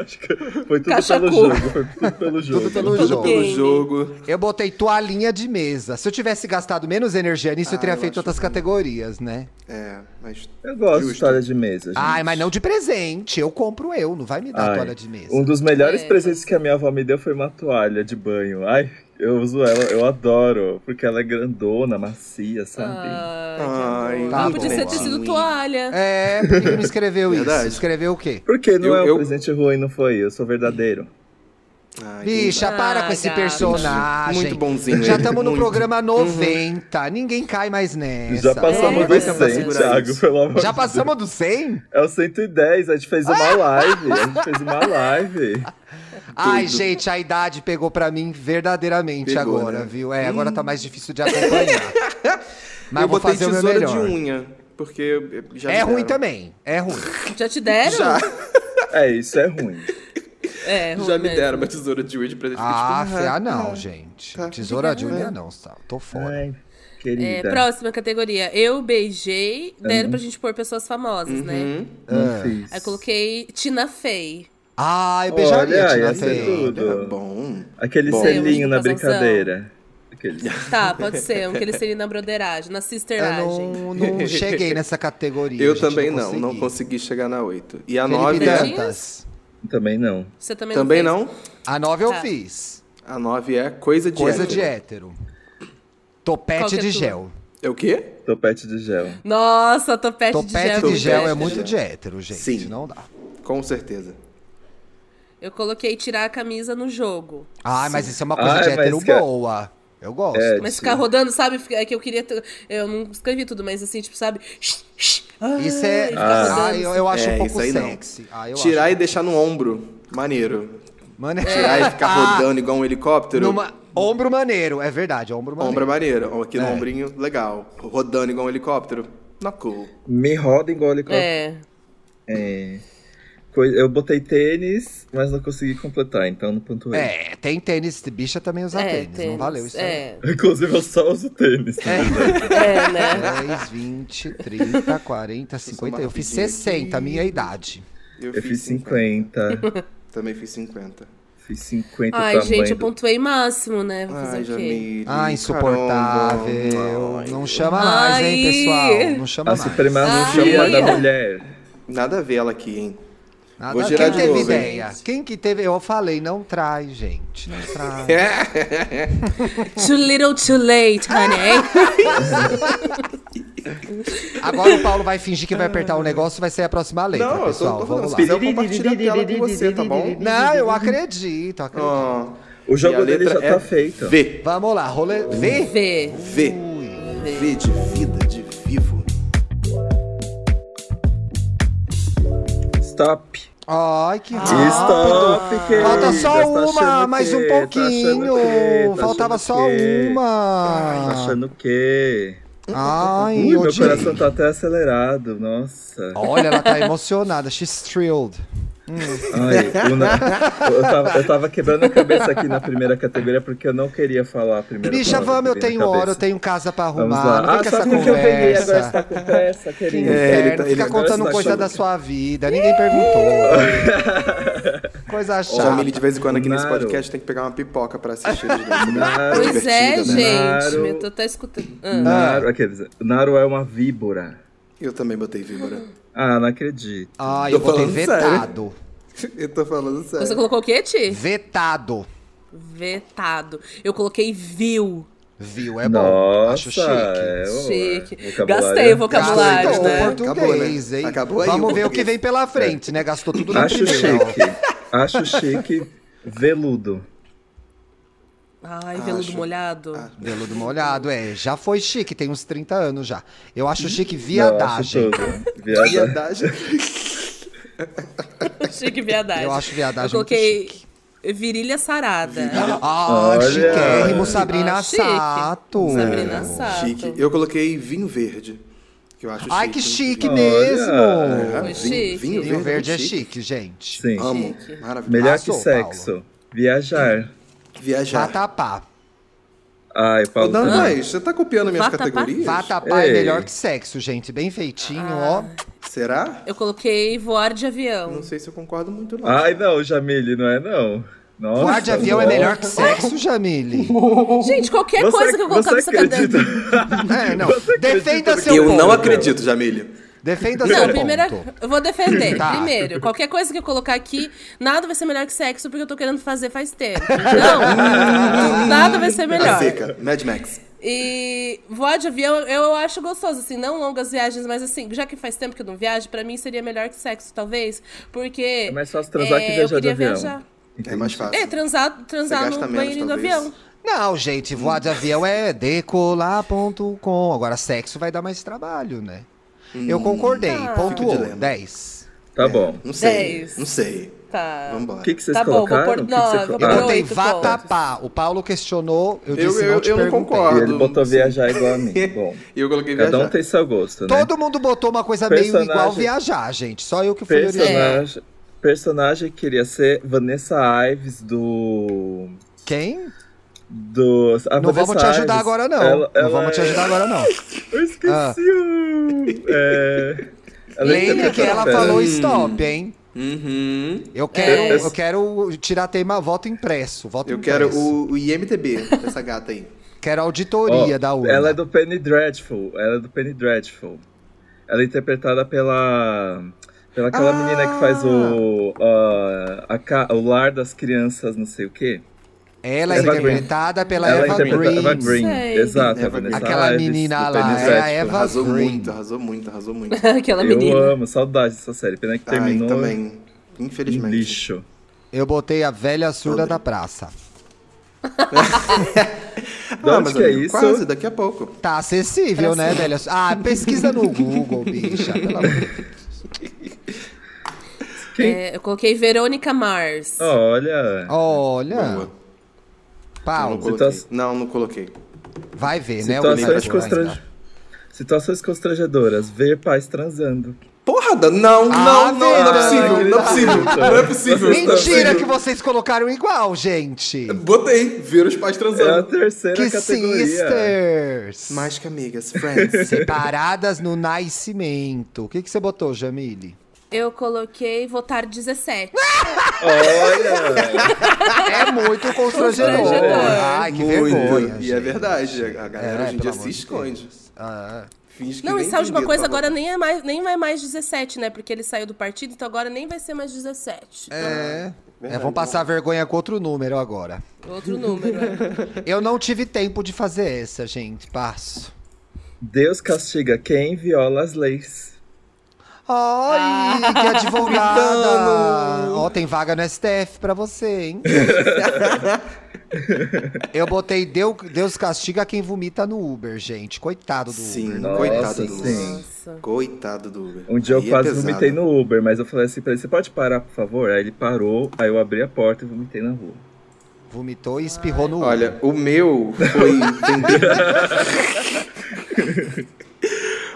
Speaker 1: Acho que Foi tudo
Speaker 3: Cachacu.
Speaker 1: pelo jogo, foi tudo pelo jogo.
Speaker 4: Tudo pelo
Speaker 3: Tudo
Speaker 2: Tudo
Speaker 4: jogo.
Speaker 2: pelo
Speaker 3: game.
Speaker 2: jogo.
Speaker 4: Eu botei toalhinha de mesa. Se eu tivesse gastado menos energia nisso, eu
Speaker 2: Ah,
Speaker 4: teria
Speaker 2: eu
Speaker 4: feito
Speaker 2: acho
Speaker 4: outras
Speaker 2: que-
Speaker 4: categorias, né?
Speaker 2: É, mas.
Speaker 1: Eu gosto de
Speaker 2: Justo.
Speaker 1: história de mesa, gente.
Speaker 4: Ai, mas não de presente. Eu compro eu, não vai me dar
Speaker 1: Ai,
Speaker 4: toalha de mesa.
Speaker 1: Um dos melhores
Speaker 3: É.
Speaker 1: presentes que a minha avó me deu foi uma toalha de banho. Ai, eu uso ela, eu adoro, porque ela é grandona, macia, sabe?
Speaker 3: Ah.
Speaker 2: Ai,
Speaker 3: Ai, que amor.
Speaker 4: tá
Speaker 3: Não podia
Speaker 4: bom,
Speaker 3: ser ter sido
Speaker 2: ó.
Speaker 3: toalha.
Speaker 4: É, por que que não escreveu isso?
Speaker 2: Verdade.
Speaker 4: Escreveu o quê?
Speaker 1: Porque não
Speaker 2: Eu-
Speaker 1: é um
Speaker 2: eu-
Speaker 1: presente ruim, não foi? Eu sou verdadeiro.
Speaker 2: Ai,
Speaker 4: Bicha,
Speaker 3: entendi.
Speaker 4: para
Speaker 3: Ah,
Speaker 4: com esse
Speaker 3: gato.
Speaker 4: personagem.
Speaker 2: Muito bonzinho
Speaker 4: Já
Speaker 2: ele,
Speaker 4: estamos no
Speaker 2: muito.
Speaker 4: programa 90. Ninguém cai mais nessa.
Speaker 1: Uhum. Já passamos
Speaker 3: É,
Speaker 1: do
Speaker 3: vai
Speaker 1: 100,
Speaker 3: ser pra
Speaker 2: segurar
Speaker 1: Thiago,
Speaker 2: isso.
Speaker 1: pelo amor
Speaker 4: Já
Speaker 1: de
Speaker 4: passamos do 100?
Speaker 1: Deus. É o 110, a gente fez uma live. A gente fez uma live.
Speaker 4: Ai,
Speaker 2: Tudo.
Speaker 4: gente, a idade pegou pra mim verdadeiramente
Speaker 2: Pegou,
Speaker 4: agora,
Speaker 2: né?
Speaker 4: viu? É, agora tá mais difícil
Speaker 2: (laughs)
Speaker 4: de acompanhar. Mas
Speaker 2: eu
Speaker 4: vou
Speaker 2: botei
Speaker 4: fazer o meu
Speaker 2: tesoura de
Speaker 4: melhor.
Speaker 2: unha. Porque eu- eu já
Speaker 4: É
Speaker 2: me
Speaker 4: ruim
Speaker 2: deram.
Speaker 4: também, é ruim.
Speaker 3: Já te deram?
Speaker 2: Já,
Speaker 1: É, isso é ruim.
Speaker 3: É,
Speaker 2: já
Speaker 3: ruim
Speaker 2: me
Speaker 3: mesmo.
Speaker 2: deram uma tesoura de unha de presente. fiquei
Speaker 4: Ah,
Speaker 2: tipo,
Speaker 4: fé, ah, não, gente.
Speaker 2: tá.
Speaker 4: Tesoura de unha não, tá? tô fora.
Speaker 1: Ai,
Speaker 3: É,
Speaker 1: querida.
Speaker 3: próxima categoria. Eu beijei. Deram pra gente pôr pessoas famosas, né?
Speaker 2: Uhum.
Speaker 1: não fiz.
Speaker 3: Aí coloquei Tina Fey.
Speaker 4: Ai, beijaria,
Speaker 1: Olha,
Speaker 4: Tina
Speaker 1: esse é
Speaker 4: Fey.
Speaker 1: tudo.
Speaker 2: É bom.
Speaker 1: Aquele
Speaker 2: Bom.
Speaker 1: selinho
Speaker 3: Eu,
Speaker 1: na
Speaker 3: Fazãozão.
Speaker 1: brincadeira. Aquele...
Speaker 3: Tá, pode ser. Um que eles seriam na broderagem, na
Speaker 4: Eu
Speaker 3: sisteragem.
Speaker 4: não, não cheguei nessa categoria.
Speaker 2: Eu
Speaker 4: gente,
Speaker 2: também não, não
Speaker 4: consegui.
Speaker 2: consegui chegar na 8. E a
Speaker 4: Felipe
Speaker 2: 9
Speaker 3: Dantas.
Speaker 2: é...
Speaker 4: Dantas.
Speaker 1: Também não.
Speaker 3: Você também,
Speaker 2: Também
Speaker 3: não fez?
Speaker 2: não?
Speaker 4: A nove eu
Speaker 3: Tá.
Speaker 4: fiz.
Speaker 2: A 9 é coisa de
Speaker 4: Coisa
Speaker 2: hétero.
Speaker 4: de hétero.
Speaker 3: Qual que
Speaker 4: Topete
Speaker 3: é
Speaker 4: de
Speaker 3: tua?
Speaker 4: gel.
Speaker 2: É o quê?
Speaker 1: Topete de gel.
Speaker 3: Nossa, topete,
Speaker 4: Topete
Speaker 3: de gel.
Speaker 4: de gel é
Speaker 2: Topete
Speaker 4: muito
Speaker 2: de
Speaker 4: de hétero, gente.
Speaker 2: Sim.
Speaker 4: Não dá.
Speaker 2: Com certeza.
Speaker 3: Eu coloquei tirar a camisa no jogo.
Speaker 4: Ai, mas isso é uma coisa
Speaker 2: Ah,
Speaker 1: Ai,
Speaker 4: de
Speaker 1: mas
Speaker 4: hétero
Speaker 1: que-
Speaker 4: boa. Eu gosto.
Speaker 1: É,
Speaker 3: Mas
Speaker 1: Sim.
Speaker 3: ficar rodando, sabe? Fica- É que eu queria. ter- Eu não escrevi tudo, mas assim, tipo, sabe?
Speaker 4: Isso é.
Speaker 3: Ah.
Speaker 4: Ah, eu, eu acho
Speaker 2: É,
Speaker 4: um
Speaker 2: isso
Speaker 4: pouco
Speaker 2: aí não.
Speaker 4: sexy. Ah, eu
Speaker 2: Tirar
Speaker 4: acho.
Speaker 2: e deixar no ombro. Maneiro.
Speaker 4: Mano,
Speaker 2: (laughs) Tirar e ficar
Speaker 4: Ah,
Speaker 2: rodando igual um helicóptero.
Speaker 4: numa- Ombro maneiro, é verdade, ombro maneiro.
Speaker 2: Ombro é maneiro. Ó, Aqui no
Speaker 4: É.
Speaker 2: ombrinho, legal. Rodando igual um helicóptero. Na cool.
Speaker 1: Me roda igual helicóptero.
Speaker 3: É.
Speaker 1: É. Coi- Eu botei tênis, mas não consegui completar, então não pontuei.
Speaker 4: É, tem tênis, bicha também usa
Speaker 3: é,
Speaker 4: tênis, não valeu isso né? aí.
Speaker 3: É,
Speaker 1: (laughs) Inclusive, eu só uso tênis. né?
Speaker 4: (laughs)
Speaker 3: é, né?
Speaker 4: 10, 20, 30, 40, 50. Eu fiz
Speaker 2: rapidinho aqui.
Speaker 4: 60, minha idade.
Speaker 1: Eu fiz 50.
Speaker 2: Também fiz 50.
Speaker 1: Fiz 50
Speaker 3: Ai,
Speaker 1: tamanho
Speaker 3: gente, eu
Speaker 1: do-
Speaker 3: pontuei máximo, né? Vou fazer
Speaker 2: Ai,
Speaker 3: o quê?
Speaker 2: Jamile.
Speaker 4: Ah, insuportável.
Speaker 2: caramba. Ai,
Speaker 4: Não chama mais, hein,
Speaker 3: Ai.
Speaker 4: pessoal? Não chama
Speaker 1: A
Speaker 4: mais.
Speaker 1: supremacia
Speaker 3: Ai.
Speaker 1: da mulher.
Speaker 2: Nada a ver ela aqui, hein?
Speaker 4: Nada-
Speaker 2: Vou girar
Speaker 4: Quem
Speaker 2: de
Speaker 4: teve
Speaker 2: novo, hein?
Speaker 4: ideia? Quem que teve? Eu falei, não trai, gente.
Speaker 1: (laughs)
Speaker 4: Não trai.
Speaker 3: Too little, too late, honey. é
Speaker 4: Agora o Paulo vai fingir que vai apertar o negócio, vai ser a próxima letra,
Speaker 2: Não, eu tô,
Speaker 4: pessoal.
Speaker 2: tô falando. assim,
Speaker 4: Vamos
Speaker 2: Se
Speaker 4: lá.
Speaker 2: quiser, eu compartilho a tela com você, tá bom?
Speaker 4: Não, eu acredito, acredito.
Speaker 1: Ah.
Speaker 2: Ó,
Speaker 1: O jogo
Speaker 2: e a
Speaker 1: dele
Speaker 2: letra é
Speaker 1: já tá feito.
Speaker 2: V.
Speaker 4: Vamos lá, rolê. Vê?
Speaker 3: Vê.
Speaker 2: V.
Speaker 4: Ui.
Speaker 2: V de vida, de vivo.
Speaker 1: Stop.
Speaker 4: Ai, que rápido.
Speaker 1: Stop, querida.
Speaker 4: Ah, Falta só
Speaker 1: Tá achando
Speaker 4: uma,
Speaker 1: o
Speaker 4: mais
Speaker 1: quê?
Speaker 4: um
Speaker 1: Tá achando o quê?
Speaker 4: pouquinho.
Speaker 1: Tá
Speaker 4: Faltava
Speaker 1: achando o
Speaker 4: só
Speaker 1: quê? Tá
Speaker 4: uma.
Speaker 1: achando o quê?
Speaker 4: Ai,
Speaker 1: Ui, meu
Speaker 4: odiei.
Speaker 1: coração tá até acelerado, nossa.
Speaker 4: Olha, ela tá emocionada. She's thrilled.
Speaker 1: Ai, Una, eu, tava, eu tava quebrando a cabeça aqui na primeira categoria porque eu não queria falar a primeira
Speaker 4: Bicha,
Speaker 1: palavra
Speaker 4: vamos, eu
Speaker 1: que veio tá na
Speaker 4: tenho hora, eu
Speaker 1: cabeça.
Speaker 4: tenho casa pra
Speaker 1: Vamos
Speaker 4: arrumar. Não
Speaker 1: lá. Ah,
Speaker 4: vem com
Speaker 1: só
Speaker 4: essa
Speaker 1: porque eu peguei
Speaker 4: conversa.
Speaker 1: agora tá está com pressa,
Speaker 4: Que
Speaker 1: querida.
Speaker 2: É, ele
Speaker 4: inferno,
Speaker 2: tá- ele
Speaker 4: fica
Speaker 2: agora
Speaker 4: contando
Speaker 1: está
Speaker 4: coisa
Speaker 1: achando.
Speaker 4: da sua vida, ninguém
Speaker 2: (laughs)
Speaker 4: perguntou. coisa
Speaker 2: Ó, Jamile, de
Speaker 4: chata.
Speaker 2: vez em quando aqui nesse
Speaker 1: Naro.
Speaker 2: podcast tem que pegar uma pipoca pra assistir. eles dois.
Speaker 1: Naro,
Speaker 3: Pois é,
Speaker 2: divertida,
Speaker 1: né?
Speaker 3: gente.
Speaker 1: Claro.
Speaker 3: Eu tô até escutando. Ah.
Speaker 1: Naro, quer dizer, Naro é uma víbora.
Speaker 2: Eu também botei víbora.
Speaker 1: Ah, não acredito.
Speaker 4: Ai, eu
Speaker 2: Tô
Speaker 4: botei
Speaker 2: falando sério.
Speaker 4: vetado.
Speaker 2: Eu tô falando sério.
Speaker 3: Você colocou o quê, Ti?
Speaker 4: Vetado.
Speaker 3: Vetado. Eu coloquei viu.
Speaker 4: Viu, é bom.
Speaker 1: Nossa,
Speaker 4: Acho chique.
Speaker 1: é, ó,
Speaker 3: Chique.
Speaker 1: vocabulário.
Speaker 3: Gastei o vocabulário,
Speaker 4: Gastou então
Speaker 3: né?
Speaker 4: português,
Speaker 2: Acabou, né?
Speaker 4: hein?
Speaker 2: Acabou aí
Speaker 4: Vamos
Speaker 2: o
Speaker 4: ver o que
Speaker 2: português.
Speaker 4: vem pela frente, né? Gastou tudo na
Speaker 1: Acho
Speaker 4: primeira. ó.
Speaker 1: chique. Acho chique veludo.
Speaker 3: Ai, veludo
Speaker 2: Acho.
Speaker 3: molhado. (laughs)
Speaker 2: Ah.
Speaker 4: Veludo molhado, é. Já foi chique, tem uns 30 anos já. Eu acho chique
Speaker 1: Não,
Speaker 4: viadagem.
Speaker 1: acho tudo. Viadagem.
Speaker 2: Viadagem.
Speaker 3: (laughs) Chique viadagem.
Speaker 4: Eu acho
Speaker 3: Eu
Speaker 4: viadagem muito
Speaker 3: coloquei virilha sarada.
Speaker 4: Ah,
Speaker 1: Olha.
Speaker 4: chiquérrimo, Sabrina
Speaker 3: Ah, chique.
Speaker 4: Sato. É.
Speaker 3: Sabrina Sato.
Speaker 2: Chique. Eu coloquei vinho verde. Que eu acho
Speaker 4: Ai, que
Speaker 1: Olha.
Speaker 4: chique mesmo!
Speaker 2: Ah,
Speaker 3: Foi
Speaker 2: vinho,
Speaker 3: chique.
Speaker 2: vinho verde,
Speaker 4: Vinho verde é
Speaker 2: muito
Speaker 4: chique, gente.
Speaker 1: Sim.
Speaker 2: Amo.
Speaker 3: Chique.
Speaker 2: Maravilhoso. Ah,
Speaker 1: Melhor
Speaker 4: Passou,
Speaker 1: que sexo. Viajar.
Speaker 2: Viajar.
Speaker 4: Vatapá.
Speaker 1: Ai,
Speaker 2: Ô,
Speaker 1: Paulo.
Speaker 2: Dana,
Speaker 1: também.
Speaker 2: você tá copiando minhas
Speaker 3: Vatapá?
Speaker 2: categorias?
Speaker 4: Vatapá é
Speaker 1: Ei.
Speaker 4: melhor que sexo, gente. Bem feitinho, ó.
Speaker 3: Ah.
Speaker 2: Será?
Speaker 3: Eu coloquei voar de avião.
Speaker 2: Não sei se eu concordo muito, não.
Speaker 1: Ai, não, Jamile, não é não. Nossa,
Speaker 4: Voar de avião é
Speaker 1: nossa.
Speaker 4: melhor que
Speaker 3: (laughs)
Speaker 4: sexo, Jamile.
Speaker 3: Gente, qualquer
Speaker 1: Você,
Speaker 3: coisa que eu colocar tá
Speaker 1: você
Speaker 3: nessa cadeira.
Speaker 1: acredita? (laughs)
Speaker 4: É, não.
Speaker 1: Você acredita
Speaker 4: Defenda
Speaker 1: no
Speaker 4: seu
Speaker 2: eu
Speaker 4: ponto.
Speaker 2: não acredito, Jamile.
Speaker 4: Defenda seu
Speaker 3: Não,
Speaker 4: ponto.
Speaker 3: primeira, eu vou defender.
Speaker 4: Tá.
Speaker 3: Primeiro, qualquer coisa que eu colocar aqui, nada vai ser melhor que sexo, porque eu tô querendo fazer faz tempo.
Speaker 4: (laughs)
Speaker 3: Não, nada vai ser
Speaker 2: A
Speaker 3: É melhor.
Speaker 1: Assim,
Speaker 2: seca. Mad Max.
Speaker 3: E voar de avião eu, eu acho gostoso, assim, não longas viagens, mas assim, já que faz tempo que eu não viajo, pra mim seria melhor que sexo, talvez, porque.
Speaker 1: É mais fácil transar que
Speaker 3: é,
Speaker 1: viajar
Speaker 3: eu
Speaker 1: de
Speaker 3: queria
Speaker 1: avião.
Speaker 3: viajar.
Speaker 2: É mais fácil.
Speaker 3: É, transar, transar
Speaker 2: gasta
Speaker 3: no
Speaker 2: menos,
Speaker 3: banheirinho do
Speaker 2: talvez.
Speaker 3: avião.
Speaker 4: Não, gente, voar de avião é decolar.com. Agora, sexo vai dar mais trabalho, né?
Speaker 1: Hum.
Speaker 4: Eu concordei.
Speaker 3: Ah.
Speaker 4: um,
Speaker 2: Fica o
Speaker 4: Pontuou.
Speaker 2: dilema.
Speaker 4: 10.
Speaker 1: Tá bom.
Speaker 2: Não sei.
Speaker 3: Dez.
Speaker 2: Não sei.
Speaker 3: Tá.
Speaker 2: Vambora.
Speaker 1: O que, que vocês
Speaker 3: Tá bom, vou
Speaker 1: colocaram?
Speaker 3: pôr-
Speaker 1: O que que
Speaker 3: não,
Speaker 1: você
Speaker 3: eu vou
Speaker 4: Eu
Speaker 1: Ah,
Speaker 3: pôr
Speaker 4: botei
Speaker 3: oito
Speaker 4: vatapá. O Paulo questionou, eu
Speaker 2: Eu-
Speaker 4: disse
Speaker 2: eu-
Speaker 4: não te
Speaker 2: eu não
Speaker 4: perguntei.
Speaker 2: concordo.
Speaker 1: e Ah, ele botou viajar igual
Speaker 4: (laughs)
Speaker 1: a mim. Bom,
Speaker 2: E eu coloquei viajar.
Speaker 1: cada um tem seu gosto, né?
Speaker 4: Todo mundo botou uma coisa meio
Speaker 1: Personagem.
Speaker 4: igual viajar, gente. Só eu que fui original.
Speaker 1: personagem, personagem queria ser Vanessa Ives do...
Speaker 4: Quem?
Speaker 1: do a Vanessa
Speaker 4: Não vamos te ajudar
Speaker 1: Ives,
Speaker 4: agora, não.
Speaker 1: ela-
Speaker 4: não
Speaker 1: ela
Speaker 4: vamos te
Speaker 1: é-
Speaker 4: ajudar agora, não.
Speaker 1: Eu esqueci
Speaker 4: Ah.
Speaker 1: o... É... ela
Speaker 4: Lembra que
Speaker 1: interpreta-
Speaker 4: ela falou stop, hein?
Speaker 2: Uhum.
Speaker 4: Eu quero,
Speaker 1: É.
Speaker 4: eu quero tirar tema voto impresso. Voto
Speaker 2: Eu quero
Speaker 4: impresso.
Speaker 2: o, o IMDB (laughs) dessa gata aí.
Speaker 4: Quero auditoria
Speaker 1: Ó,
Speaker 4: da urna.
Speaker 1: Ela é do Penny Dreadful. Ela é do Penny Dreadful. Ela é interpretada pela. pela aquela
Speaker 2: Ah!
Speaker 1: menina que faz o. ah, a ca- o lar das crianças, não sei o quê.
Speaker 4: Ela é
Speaker 1: Eva Green.
Speaker 4: interpretada pela
Speaker 1: ela
Speaker 4: é
Speaker 1: é
Speaker 4: Eva,
Speaker 1: interpreta
Speaker 4: Green.
Speaker 1: Eva Green.
Speaker 3: Sei.
Speaker 1: Exato,
Speaker 2: Eva
Speaker 1: a Vanessa
Speaker 4: Green. Aquela
Speaker 1: Ives,
Speaker 4: menina
Speaker 1: do
Speaker 4: lá,
Speaker 1: Penny
Speaker 4: é a
Speaker 1: Dreadful.
Speaker 4: Eva-
Speaker 2: Arrasou
Speaker 4: Green.
Speaker 2: muito, arrasou muito, arrasou muito.
Speaker 3: (laughs) Aquela
Speaker 1: Eu
Speaker 3: menina.
Speaker 1: amo, saudade dessa série. Pena que (laughs)
Speaker 2: Ai,
Speaker 1: terminou.
Speaker 2: também.
Speaker 1: um
Speaker 2: Infelizmente.
Speaker 1: lixo.
Speaker 4: Eu botei a velha surda
Speaker 2: Odeio.
Speaker 4: da praça.
Speaker 1: De onde que é
Speaker 2: Ah, amigo,
Speaker 1: isso?
Speaker 2: Quase, daqui a pouco.
Speaker 4: Tá acessível, né,
Speaker 3: Parece-
Speaker 4: velha? su- Ah, pesquisa no Google, bicha. Pelo amor. de Deus.
Speaker 3: É, eu coloquei Verônica Mars.
Speaker 1: Ah.
Speaker 4: né,
Speaker 1: Olha.
Speaker 4: Olha.
Speaker 2: Boa. Não
Speaker 4: Paulo,
Speaker 2: coloquei.
Speaker 1: Situa-
Speaker 2: Não, não coloquei.
Speaker 4: vai ver, né? o livro
Speaker 1: situações,
Speaker 4: que vai
Speaker 1: constrange-
Speaker 4: dar.
Speaker 1: situações constrangedoras. Ver pais transando.
Speaker 2: Porra, Dan- não,
Speaker 4: Ah,
Speaker 2: não, não, não é
Speaker 4: verdade.
Speaker 2: possível, não é possível, não é possível. não é
Speaker 4: Mentira que
Speaker 2: possível.
Speaker 4: vocês colocaram igual, gente.
Speaker 2: Botei, ver os pais
Speaker 1: É a
Speaker 2: transando.
Speaker 1: terceira
Speaker 4: Que
Speaker 1: categoria. É.
Speaker 4: sisters.
Speaker 2: Mais que amigas, friends.
Speaker 4: Separadas no nascimento. O que, que você botou, Jamile?
Speaker 3: Eu coloquei votar 17.
Speaker 1: Olha!
Speaker 4: É muito constrangedor.
Speaker 3: Constrangedor.
Speaker 4: (laughs) Ai, que
Speaker 2: Muito.
Speaker 4: vergonha.
Speaker 2: E é
Speaker 4: gente.
Speaker 2: verdade, a galera
Speaker 4: É,
Speaker 2: hoje em dia
Speaker 4: pelo
Speaker 2: se
Speaker 4: amor de
Speaker 2: esconde.
Speaker 4: Deus. Ah,
Speaker 2: Finge que
Speaker 3: Não, e
Speaker 2: nem
Speaker 3: saiu de uma
Speaker 2: vive,
Speaker 3: coisa
Speaker 2: tá bom.
Speaker 3: agora nem é mais, nem é mais 17, né? Porque ele saiu do partido, então agora nem vai ser mais 17.
Speaker 4: é. É,
Speaker 2: Verdade.
Speaker 4: vão passar vergonha com outro número agora.
Speaker 3: Outro número.
Speaker 2: (laughs)
Speaker 3: é.
Speaker 4: Eu não tive tempo de fazer essa, gente. Passo.
Speaker 1: Deus castiga quem viola as leis.
Speaker 4: Ai, que advogada! Ó, tem vaga no STF pra você, hein? (laughs) Eu botei Deu- Deus castiga quem vomita no Uber, gente. Coitado do
Speaker 2: Sim,
Speaker 4: Uber.
Speaker 1: Nossa,
Speaker 2: coitado do
Speaker 1: sim.
Speaker 2: Uber.
Speaker 3: Nossa.
Speaker 2: Coitado do Uber.
Speaker 1: Um dia
Speaker 2: Aí
Speaker 1: eu
Speaker 2: é
Speaker 1: quase
Speaker 2: pesado.
Speaker 1: vomitei no Uber, mas eu falei assim pra ele: você pode parar, por favor? Aí ele parou, aí eu abri a porta e vomitei na rua.
Speaker 4: Vomitou e espirrou no Uber.
Speaker 2: Olha, o meu foi vender... (laughs)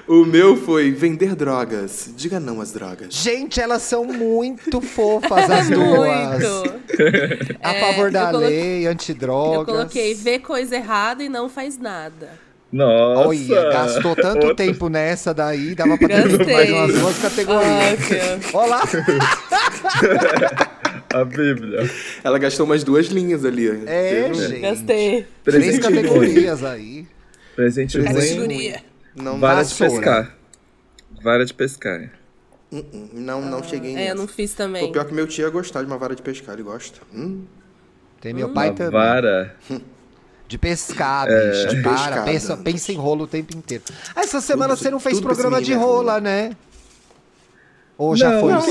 Speaker 2: o meu foi vender drogas. Diga não às drogas.
Speaker 4: Gente, elas
Speaker 3: (laughs)
Speaker 4: são muito fofas as duas.
Speaker 3: É Muito.
Speaker 4: A
Speaker 3: É,
Speaker 4: favor da
Speaker 3: eu coloquei-
Speaker 4: lei, antidrogas.
Speaker 3: Eu coloquei vê coisa errada e não faz nada.
Speaker 1: Nossa!
Speaker 4: Olha, gastou tanto tempo nessa daí, dava pra ter feito
Speaker 3: Gastei. Ah,
Speaker 4: mais umas duas
Speaker 3: (laughs)
Speaker 4: categorias. Olá!
Speaker 1: A Bíblia.
Speaker 2: Ela gastou umas duas linhas ali.
Speaker 4: É,
Speaker 2: Teve-
Speaker 4: gente.
Speaker 3: Gastei.
Speaker 4: Três
Speaker 1: Presente ruim.
Speaker 4: categorias aí.
Speaker 1: Presente
Speaker 4: Presente
Speaker 1: ruim.
Speaker 4: ruim.
Speaker 3: Categoria.
Speaker 2: Não,
Speaker 1: Vara de
Speaker 4: Vassoura.
Speaker 1: pescar. Vara de pescar.
Speaker 2: Hum, hum, não, não cheguei
Speaker 3: É, eu não
Speaker 2: nisso.
Speaker 3: fiz
Speaker 2: Pô,
Speaker 3: também.
Speaker 2: pior que meu tio ia gostar de uma vara de pescar, ele gosta. Hum.
Speaker 4: Tem meu
Speaker 1: Uma
Speaker 4: pai também.
Speaker 1: vara.
Speaker 4: De pescar, bicho.
Speaker 2: de
Speaker 4: Para,
Speaker 2: pescada.
Speaker 4: pensa, pensa em rolo o tempo inteiro. Ah, Essa semana
Speaker 2: Tudo-
Speaker 4: você não fez
Speaker 2: tudo pra esse
Speaker 4: programa de
Speaker 2: menino é rolo.
Speaker 4: rola, né? Ou já
Speaker 1: Não,
Speaker 4: foi o
Speaker 1: não,
Speaker 4: seu?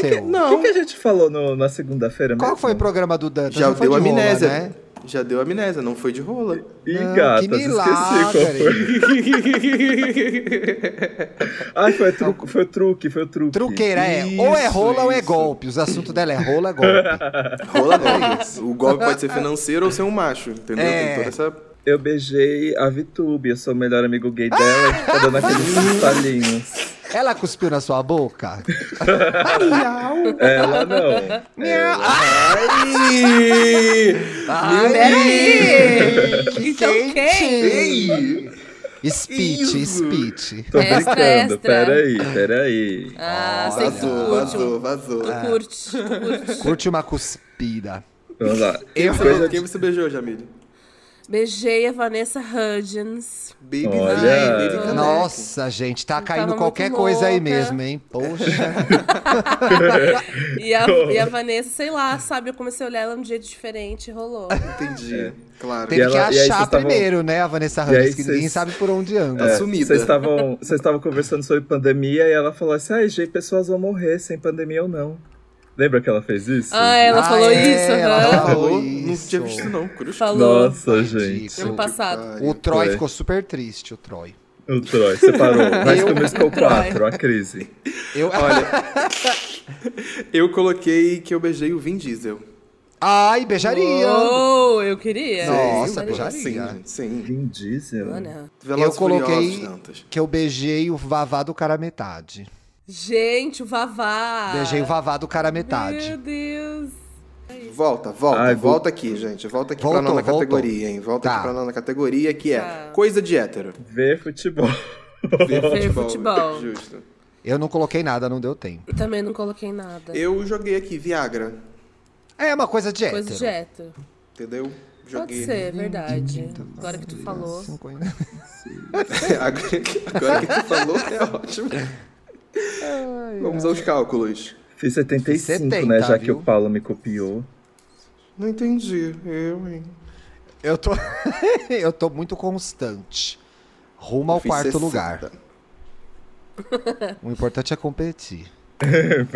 Speaker 1: O que, que a gente falou no- na segunda-feira
Speaker 4: Qual
Speaker 1: mesmo?
Speaker 4: foi o programa do Dantas?
Speaker 2: Já
Speaker 4: Não foi
Speaker 2: deu
Speaker 4: de rola,
Speaker 2: amnésia.
Speaker 4: né?
Speaker 2: Já deu amnésia, não foi de rola.
Speaker 1: Ih,
Speaker 4: Não,
Speaker 1: gata,
Speaker 4: Ah, que
Speaker 1: esqueci qual foi.
Speaker 4: milagre.
Speaker 1: Ai, foi, (laughs) truco, foi o truque, foi o truque.
Speaker 4: Truqueira é. Ou é
Speaker 2: Isso,
Speaker 4: rola ou é
Speaker 2: isso.
Speaker 4: golpe. Os assuntos dela é
Speaker 1: (laughs)
Speaker 4: rola, golpe.
Speaker 2: Rola não. é O golpe pode ser financeiro ou ser um macho, entendeu?
Speaker 4: É.
Speaker 2: Tem toda essa
Speaker 1: Eu beijei a Vitube, eu sou o melhor amigo gay dela,
Speaker 3: Ah!
Speaker 1: que tá dando aqueles
Speaker 3: (laughs)
Speaker 1: talinhos.
Speaker 4: Ela cuspiu na sua boca?
Speaker 1: Ela não.
Speaker 4: Ai,
Speaker 3: peraí.
Speaker 4: Que
Speaker 3: Então
Speaker 4: quente! Speech, speech.
Speaker 1: Tô
Speaker 3: Extra,
Speaker 1: brincando,
Speaker 3: extra.
Speaker 1: peraí, peraí.
Speaker 3: Ah, sei que tu
Speaker 2: Vazou,
Speaker 3: curte.
Speaker 2: vazou, vazou.
Speaker 4: Ah.
Speaker 3: Tu curte, tu curte.
Speaker 4: Curte uma cuspida.
Speaker 1: Vamos lá.
Speaker 2: Quem,
Speaker 1: Coisa
Speaker 2: você,
Speaker 1: de-
Speaker 2: quem você beijou, Jamile?
Speaker 3: Beijei a Vanessa Hudgens.
Speaker 2: Baby
Speaker 1: Olha.
Speaker 2: Vine, Baby Caneca.
Speaker 4: é Nossa, gente, tá caindo
Speaker 3: muito
Speaker 4: qualquer coisa aí
Speaker 3: louca.
Speaker 4: mesmo, hein? Poxa.
Speaker 3: E a, e a Vanessa, sei lá, sabe? Eu comecei a olhar ela um dia diferente, rolou.
Speaker 2: Entendi,
Speaker 4: É.
Speaker 2: claro.
Speaker 4: Teve
Speaker 1: ela- (laughs)
Speaker 4: que
Speaker 1: e aí vocês
Speaker 4: achar
Speaker 1: estavam-
Speaker 4: primeiro, né, a Vanessa
Speaker 1: aí
Speaker 4: Hudgens, que
Speaker 1: vocês-
Speaker 4: ninguém sabe por onde anda.
Speaker 2: Tá
Speaker 1: É,
Speaker 2: sumida.
Speaker 1: Vocês estavam vocês estavam conversando sobre pandemia e ela falou assim: ai, gente, pessoas vão morrer sem pandemia ou não. Lembra que ela fez isso?
Speaker 3: Ah, ela
Speaker 4: Ah,
Speaker 3: falou
Speaker 4: é,
Speaker 3: isso,
Speaker 4: ela
Speaker 3: aham.
Speaker 2: Falou, não
Speaker 4: Isso.
Speaker 2: tinha visto não, cruz.
Speaker 3: Falou.
Speaker 1: Nossa, gente.
Speaker 4: Ridículo.
Speaker 3: Ano passado.
Speaker 4: Tipo, O Troy
Speaker 1: Foi.
Speaker 4: ficou super triste, o Troy.
Speaker 1: O Troy separou. Mas
Speaker 4: Eu-
Speaker 1: começou com
Speaker 3: Troy.
Speaker 1: 4, a crise.
Speaker 4: Eu...
Speaker 2: Eu coloquei que eu beijei o Vin Diesel.
Speaker 4: (laughs) Ai, beijaria!
Speaker 3: Oh, eu queria.
Speaker 4: Nossa,
Speaker 3: Eu
Speaker 4: beijaria.
Speaker 2: Sim, gente, sim.
Speaker 1: Vin Diesel.
Speaker 3: Mano.
Speaker 4: Eu
Speaker 2: Velozes e
Speaker 4: coloquei
Speaker 2: Furiosos, Dantas.
Speaker 4: que eu beijei o Vavá do cara metade.
Speaker 3: Gente, o Vavá.
Speaker 4: Beijei o Vavá do cara metade.
Speaker 3: Meu Deus.
Speaker 2: Volta, volta,
Speaker 1: Ai, vou-
Speaker 2: volta aqui, gente. Volta aqui
Speaker 4: Voltou,
Speaker 2: pra nona
Speaker 4: voltou.
Speaker 2: categoria, hein? Volta
Speaker 4: Tá.
Speaker 2: aqui pra nona categoria, que é
Speaker 3: Tá.
Speaker 2: coisa de hétero.
Speaker 1: Ver futebol.
Speaker 3: Ver futebol.
Speaker 2: Justo.
Speaker 4: Eu não coloquei nada, não deu tempo.
Speaker 3: Também não coloquei nada.
Speaker 2: Eu joguei aqui Viagra,
Speaker 4: É uma coisa de hétero.
Speaker 3: Coisa de hétero.
Speaker 2: entendeu?
Speaker 3: Pode
Speaker 2: Joguei. (laughs)
Speaker 3: ser, é verdade. Agora que tu falou.
Speaker 2: Agora que agora que tu falou,
Speaker 3: (laughs)
Speaker 2: é ótimo. Vamos aos cálculos.
Speaker 1: Fiz 75,
Speaker 4: 70,
Speaker 1: né? Já que
Speaker 4: viu?
Speaker 1: o Paulo me copiou. (laughs)
Speaker 2: Não entendi. Eu, hein?
Speaker 4: Eu tô... (laughs) eu tô muito constante. Rumo ao
Speaker 2: Fiz
Speaker 4: quarto
Speaker 2: 60.
Speaker 4: lugar. O importante é competir.
Speaker 1: O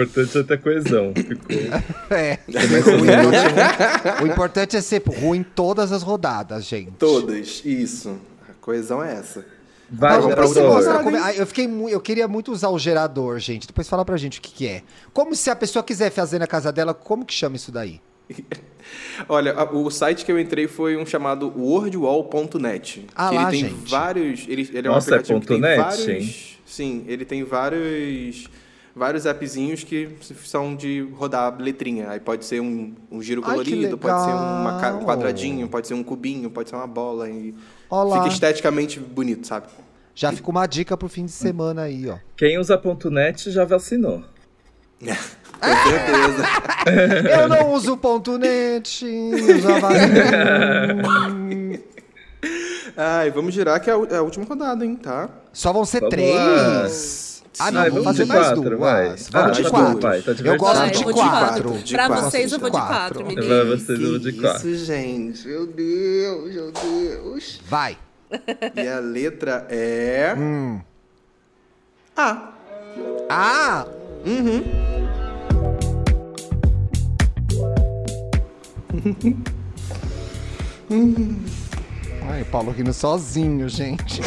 Speaker 1: importante é ter coesão. Ficou.
Speaker 4: É. O importante- o importante é ser ruim em todas as rodadas, gente.
Speaker 2: (laughs) Todas, isso. A coesão é essa.
Speaker 1: Vai,
Speaker 4: Mas
Speaker 2: Vamos pra
Speaker 4: depois você
Speaker 2: outra.
Speaker 1: professor.
Speaker 4: mostra
Speaker 2: Vamos
Speaker 4: como- Ah, eu, fiquei mu- eu queria muito usar o gerador, gente. Depois fala pra gente o que, que é. Como se a pessoa quiser fazer na casa dela, como que chama isso daí?
Speaker 2: Olha, a- o site que eu entrei foi um chamado wordwall.net.
Speaker 4: Ah
Speaker 2: que ele
Speaker 4: lá,
Speaker 2: tem
Speaker 4: gente.
Speaker 2: vários. Ele, ele é um
Speaker 1: Nossa, é
Speaker 2: aplicativo que tem
Speaker 1: .net,
Speaker 2: vários.
Speaker 1: hein?
Speaker 2: Sim, ele tem vários. Vários appzinhos que são de rodar letrinha. Aí pode ser um, um giro
Speaker 4: Ai, que
Speaker 2: colorido, pode ser uma ca- um
Speaker 4: legal.
Speaker 2: quadradinho, pode ser um cubinho, pode ser uma bola. E
Speaker 4: Olá.
Speaker 2: Fica esteticamente bonito, sabe? (laughs)
Speaker 4: Já fica uma dica pro fim de semana aí, ó.
Speaker 1: Quem usa ponto .net já vacinou.
Speaker 2: Com
Speaker 4: (laughs)
Speaker 2: certeza.
Speaker 4: Eu não uso ponto net,
Speaker 1: (laughs)
Speaker 4: eu já vazio.
Speaker 2: Ai, vamos girar que é a u- é a última rodada, hein, tá?
Speaker 4: Só vão ser
Speaker 1: Vamos
Speaker 4: três. Ah, não,
Speaker 1: Vai, vamos
Speaker 4: vamos fazer
Speaker 1: de
Speaker 4: mais
Speaker 1: quatro,
Speaker 4: duas.
Speaker 1: vai. Ah,
Speaker 4: Vamos de
Speaker 2: tá
Speaker 4: quatro.
Speaker 2: bom, vai,
Speaker 1: tá de
Speaker 4: eu gosto
Speaker 1: verdade.
Speaker 4: de
Speaker 3: eu vou de
Speaker 4: quatro.
Speaker 3: quatro.
Speaker 2: de
Speaker 3: pra
Speaker 2: quatro,
Speaker 3: vocês, eu vou de
Speaker 4: quatro.
Speaker 2: É,
Speaker 3: quatro, meninas.
Speaker 1: Pra vocês, eu vou de quatro.
Speaker 2: Isso, gente. Meu Deus, meu Deus.
Speaker 4: Vai.
Speaker 2: E a letra é.
Speaker 4: Hum.
Speaker 2: A.
Speaker 4: Ah, (laughs) ai, o Paulo rindo sozinho, gente.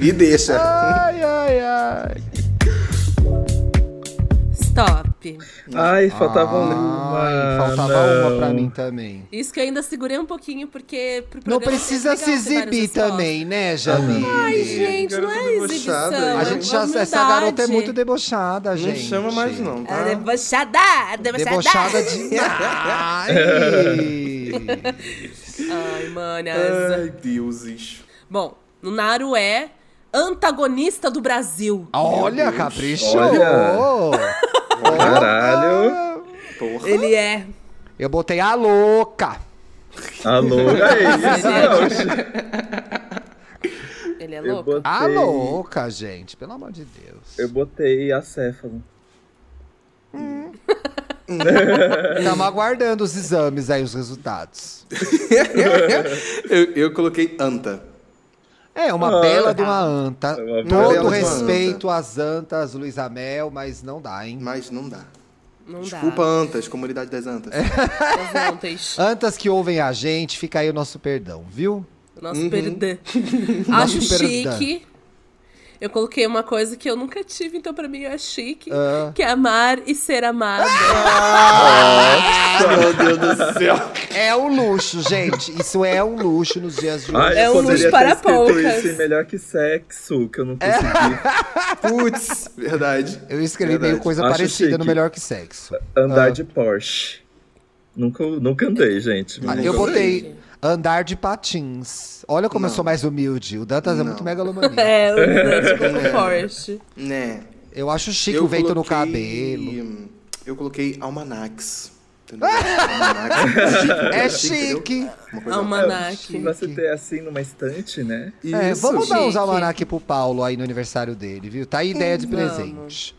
Speaker 2: E deixa.
Speaker 4: Ai, ai, ai.
Speaker 3: Stop.
Speaker 1: Ai, faltava
Speaker 4: Ai,
Speaker 1: uma.
Speaker 4: Ah,
Speaker 1: Ah,
Speaker 4: Faltava
Speaker 1: não.
Speaker 4: uma pra mim também.
Speaker 3: Isso que eu ainda segurei um pouquinho, porque pro
Speaker 4: Não
Speaker 3: programa
Speaker 4: precisa
Speaker 3: ser
Speaker 4: se
Speaker 3: legal ter várias
Speaker 4: exibir
Speaker 3: respostas.
Speaker 4: também, né, Jamile?
Speaker 3: Ai, gente, não é
Speaker 2: Garota
Speaker 3: exibição.
Speaker 2: debochada, né?
Speaker 3: é
Speaker 4: A gente já, essa garota é
Speaker 3: humildade.
Speaker 4: muito debochada,
Speaker 2: Não
Speaker 4: gente.
Speaker 2: chama mais, não, tá?
Speaker 3: É debochada, debochada.
Speaker 4: Ah, Debochada de.
Speaker 1: (laughs)
Speaker 4: Ai.
Speaker 3: Ai, manas.
Speaker 2: Ai, deuses.
Speaker 3: (laughs) Bom, o Naru é antagonista do Brasil.
Speaker 4: Ah. Olha, caprichou!
Speaker 1: Olha. Caralho.
Speaker 2: Porra.
Speaker 3: Ele é.
Speaker 4: Eu botei a louca. Ah!
Speaker 1: Alô,
Speaker 4: (laughs)
Speaker 1: é isso, não.
Speaker 3: Ele é
Speaker 1: Eu
Speaker 3: louco.
Speaker 1: botei,
Speaker 4: A louca, gente. Pelo amor de Deus.
Speaker 1: Eu botei acéfalo.
Speaker 4: Estamos aguardando os exames aí, os resultados.
Speaker 2: eu, eu coloquei anta.
Speaker 4: É, uma
Speaker 1: Ah. É
Speaker 4: bela de uma anta.
Speaker 1: Uma bela de
Speaker 4: Todo
Speaker 1: uma
Speaker 4: respeito às antas, Luísa Mel, mas não dá, hein?
Speaker 2: Mas não dá.
Speaker 3: Não É.
Speaker 2: Desculpa, antas, comunidade das antas.
Speaker 3: dá. As antas.
Speaker 4: Antas que ouvem a gente, fica aí o nosso perdão, viu?
Speaker 3: Nosso perdão.
Speaker 4: Nosso
Speaker 3: Acho
Speaker 4: perdão.
Speaker 3: chique. Eu coloquei uma coisa que eu nunca tive, então pra mim é chique.
Speaker 4: Ah.
Speaker 3: Que é amar e ser amada.
Speaker 2: Ah, meu Deus do
Speaker 3: (laughs)
Speaker 2: céu.
Speaker 4: É um luxo, gente. Isso é um luxo nos dias de hoje.
Speaker 1: Ai,
Speaker 3: É
Speaker 1: Ah, eu
Speaker 3: um
Speaker 1: poderia
Speaker 3: luxo
Speaker 1: ter
Speaker 3: para
Speaker 1: escrito
Speaker 3: poucas.
Speaker 1: isso em melhor que sexo, que eu não
Speaker 4: É.
Speaker 1: consegui.
Speaker 2: Putz, verdade.
Speaker 4: Eu escrevi
Speaker 2: Verdade.
Speaker 4: meio coisa
Speaker 1: Acho
Speaker 4: parecida no
Speaker 1: chique.
Speaker 4: Melhor que Sexo.
Speaker 1: Andar de Porsche. Nunca, nunca andei, gente.
Speaker 4: Ah,
Speaker 1: Nunca
Speaker 4: eu
Speaker 1: andei.
Speaker 4: botei andar de patins. Olha como eu sou mais humilde. O Dantas é
Speaker 2: Não.
Speaker 4: muito megalomania.
Speaker 3: (laughs) É, o tipo com Forest.
Speaker 2: Né.
Speaker 4: Eu acho chique o vento no cabelo. Ah!
Speaker 2: Eu coloquei almanax. Entendeu? né? almanax.
Speaker 4: É
Speaker 2: entendeu?
Speaker 4: chique.
Speaker 2: Uma coisa
Speaker 1: Se
Speaker 3: Almanac.
Speaker 1: você ter assim numa estante, né?
Speaker 4: É,
Speaker 2: Isso.
Speaker 4: vamos dar uns
Speaker 3: Chique.
Speaker 4: almanac pro Paulo aí no aniversário dele, viu? Tá aí ideia de presente.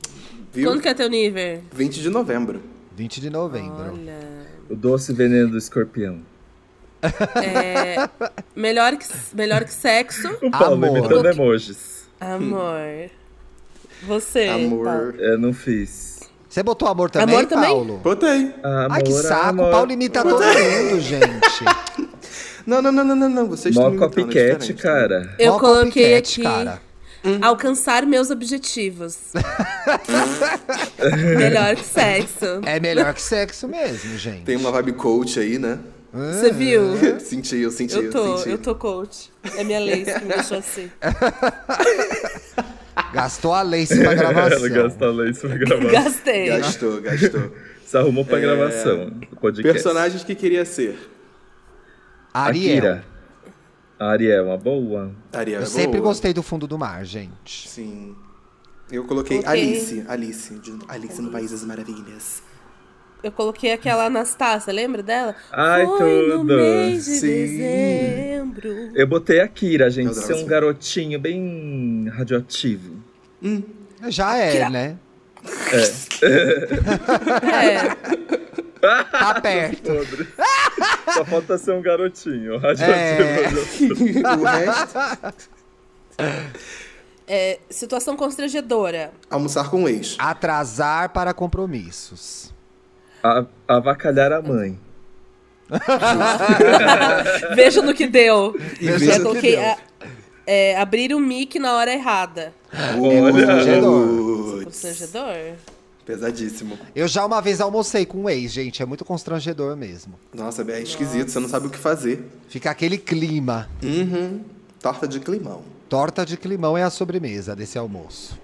Speaker 2: Viu?
Speaker 3: Quando que é teu nível?
Speaker 2: 20 de novembro.
Speaker 4: 20 de novembro.
Speaker 3: Olha.
Speaker 1: O doce veneno do escorpião.
Speaker 3: É, melhor, que, melhor que sexo.
Speaker 1: O Paulo
Speaker 4: Amor.
Speaker 1: imitando emojis.
Speaker 3: Amor. Você. então.
Speaker 2: Amor.
Speaker 1: Eu não fiz.
Speaker 4: Você botou amor também,
Speaker 3: Amor também?
Speaker 4: Paulo?
Speaker 2: Botei.
Speaker 1: Amor,
Speaker 4: Ai, que saco.
Speaker 1: amor.
Speaker 4: O Paulo imita todo mundo, gente.
Speaker 2: Não, não, não, não, não, não. Vocês
Speaker 1: Mó
Speaker 2: estão me
Speaker 4: tá
Speaker 2: imitando, é
Speaker 1: copycat,
Speaker 2: diferente.
Speaker 1: cara.
Speaker 3: (laughs) Eu
Speaker 4: Mó
Speaker 3: coloquei
Speaker 4: copycat,
Speaker 3: aqui
Speaker 4: cara.
Speaker 3: alcançar meus objetivos. melhor que sexo.
Speaker 4: É melhor que sexo mesmo, gente.
Speaker 2: Tem uma vibe coach aí, né?
Speaker 3: Você viu?
Speaker 2: É. Senti, eu senti, eu,
Speaker 3: Eu tô,
Speaker 2: senti.
Speaker 3: eu tô coach. É minha lei que me
Speaker 2: (laughs)
Speaker 3: deixou assim.
Speaker 4: Gastou a lace pra gravação.
Speaker 1: (laughs) Ela gasta lenço
Speaker 4: (laughs)
Speaker 1: pra gravar.
Speaker 3: Gastei.
Speaker 1: (laughs)
Speaker 2: Gastou, gastou.
Speaker 1: Se arrumou
Speaker 2: É.
Speaker 1: pra gravação do podcast.
Speaker 2: Personagens que queria ser.
Speaker 4: Ariel.
Speaker 1: Akira. Ariel, uma boa.
Speaker 2: Ariel.
Speaker 4: Eu
Speaker 2: é
Speaker 4: sempre
Speaker 2: boa.
Speaker 4: gostei do fundo do mar, gente.
Speaker 2: Sim. Eu coloquei
Speaker 3: Ok.
Speaker 2: Alice. Alice. de- Alice no País das Maravilhas. (laughs)
Speaker 3: Eu coloquei aquela Anastácia, lembra dela?
Speaker 1: Ai,
Speaker 3: Foi no
Speaker 1: tudo.
Speaker 3: mês de
Speaker 2: Sim. (laughs)
Speaker 3: dezembro.
Speaker 1: Eu botei a Kira, gente,
Speaker 2: Meu Deus.
Speaker 1: ser um garotinho bem radioativo.
Speaker 4: Já é, né?
Speaker 3: É, (laughs)
Speaker 4: Tá perto.
Speaker 1: Podre. (laughs) Só falta ser um garotinho
Speaker 4: É.
Speaker 1: radioativo.
Speaker 2: o resto,
Speaker 3: é, situação constrangedora.
Speaker 2: almoçar com o ex.
Speaker 4: Atrasar para compromissos.
Speaker 1: A- avacalhar a mãe.
Speaker 3: Veja no que deu. Eu
Speaker 2: veja no que
Speaker 3: coloquei
Speaker 2: deu.
Speaker 3: a- é, abrir o mic na hora errada.
Speaker 4: É Olha.
Speaker 2: Putz,
Speaker 3: Constrangedor?
Speaker 2: Pesadíssimo.
Speaker 4: Eu já uma vez almocei com um ex, gente. É muito constrangedor mesmo.
Speaker 2: Nossa, é esquisito, você não sabe o que fazer.
Speaker 4: Fica aquele clima.
Speaker 2: Uhum. Torta de climão.
Speaker 4: Torta de climão é a sobremesa desse almoço.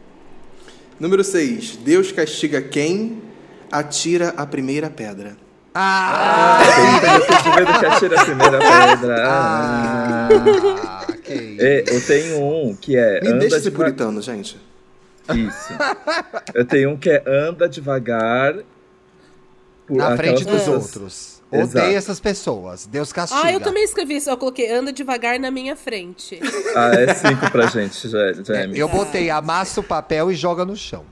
Speaker 2: Número 6. Deus castiga quem atira a primeira pedra.
Speaker 4: Ah!
Speaker 1: Eu tive medo que atira a primeira pedra.
Speaker 4: ah, que isso.
Speaker 1: É, eu tenho um que é.
Speaker 2: Me
Speaker 1: anda
Speaker 2: deixa ser
Speaker 1: deva-
Speaker 2: puritano, gente.
Speaker 1: Isso. Eu tenho um que é anda devagar. por
Speaker 4: na
Speaker 1: aquelas
Speaker 4: frente dos
Speaker 1: pessoas-
Speaker 4: outros.
Speaker 1: Exato.
Speaker 4: Odeio essas pessoas. Deus castiga.
Speaker 3: Ah, eu também escrevi isso. Eu coloquei anda devagar na minha frente.
Speaker 1: Ah, é cinco pra gente, Ja-
Speaker 4: É,
Speaker 1: James.
Speaker 4: eu botei amassa o papel e joga no chão.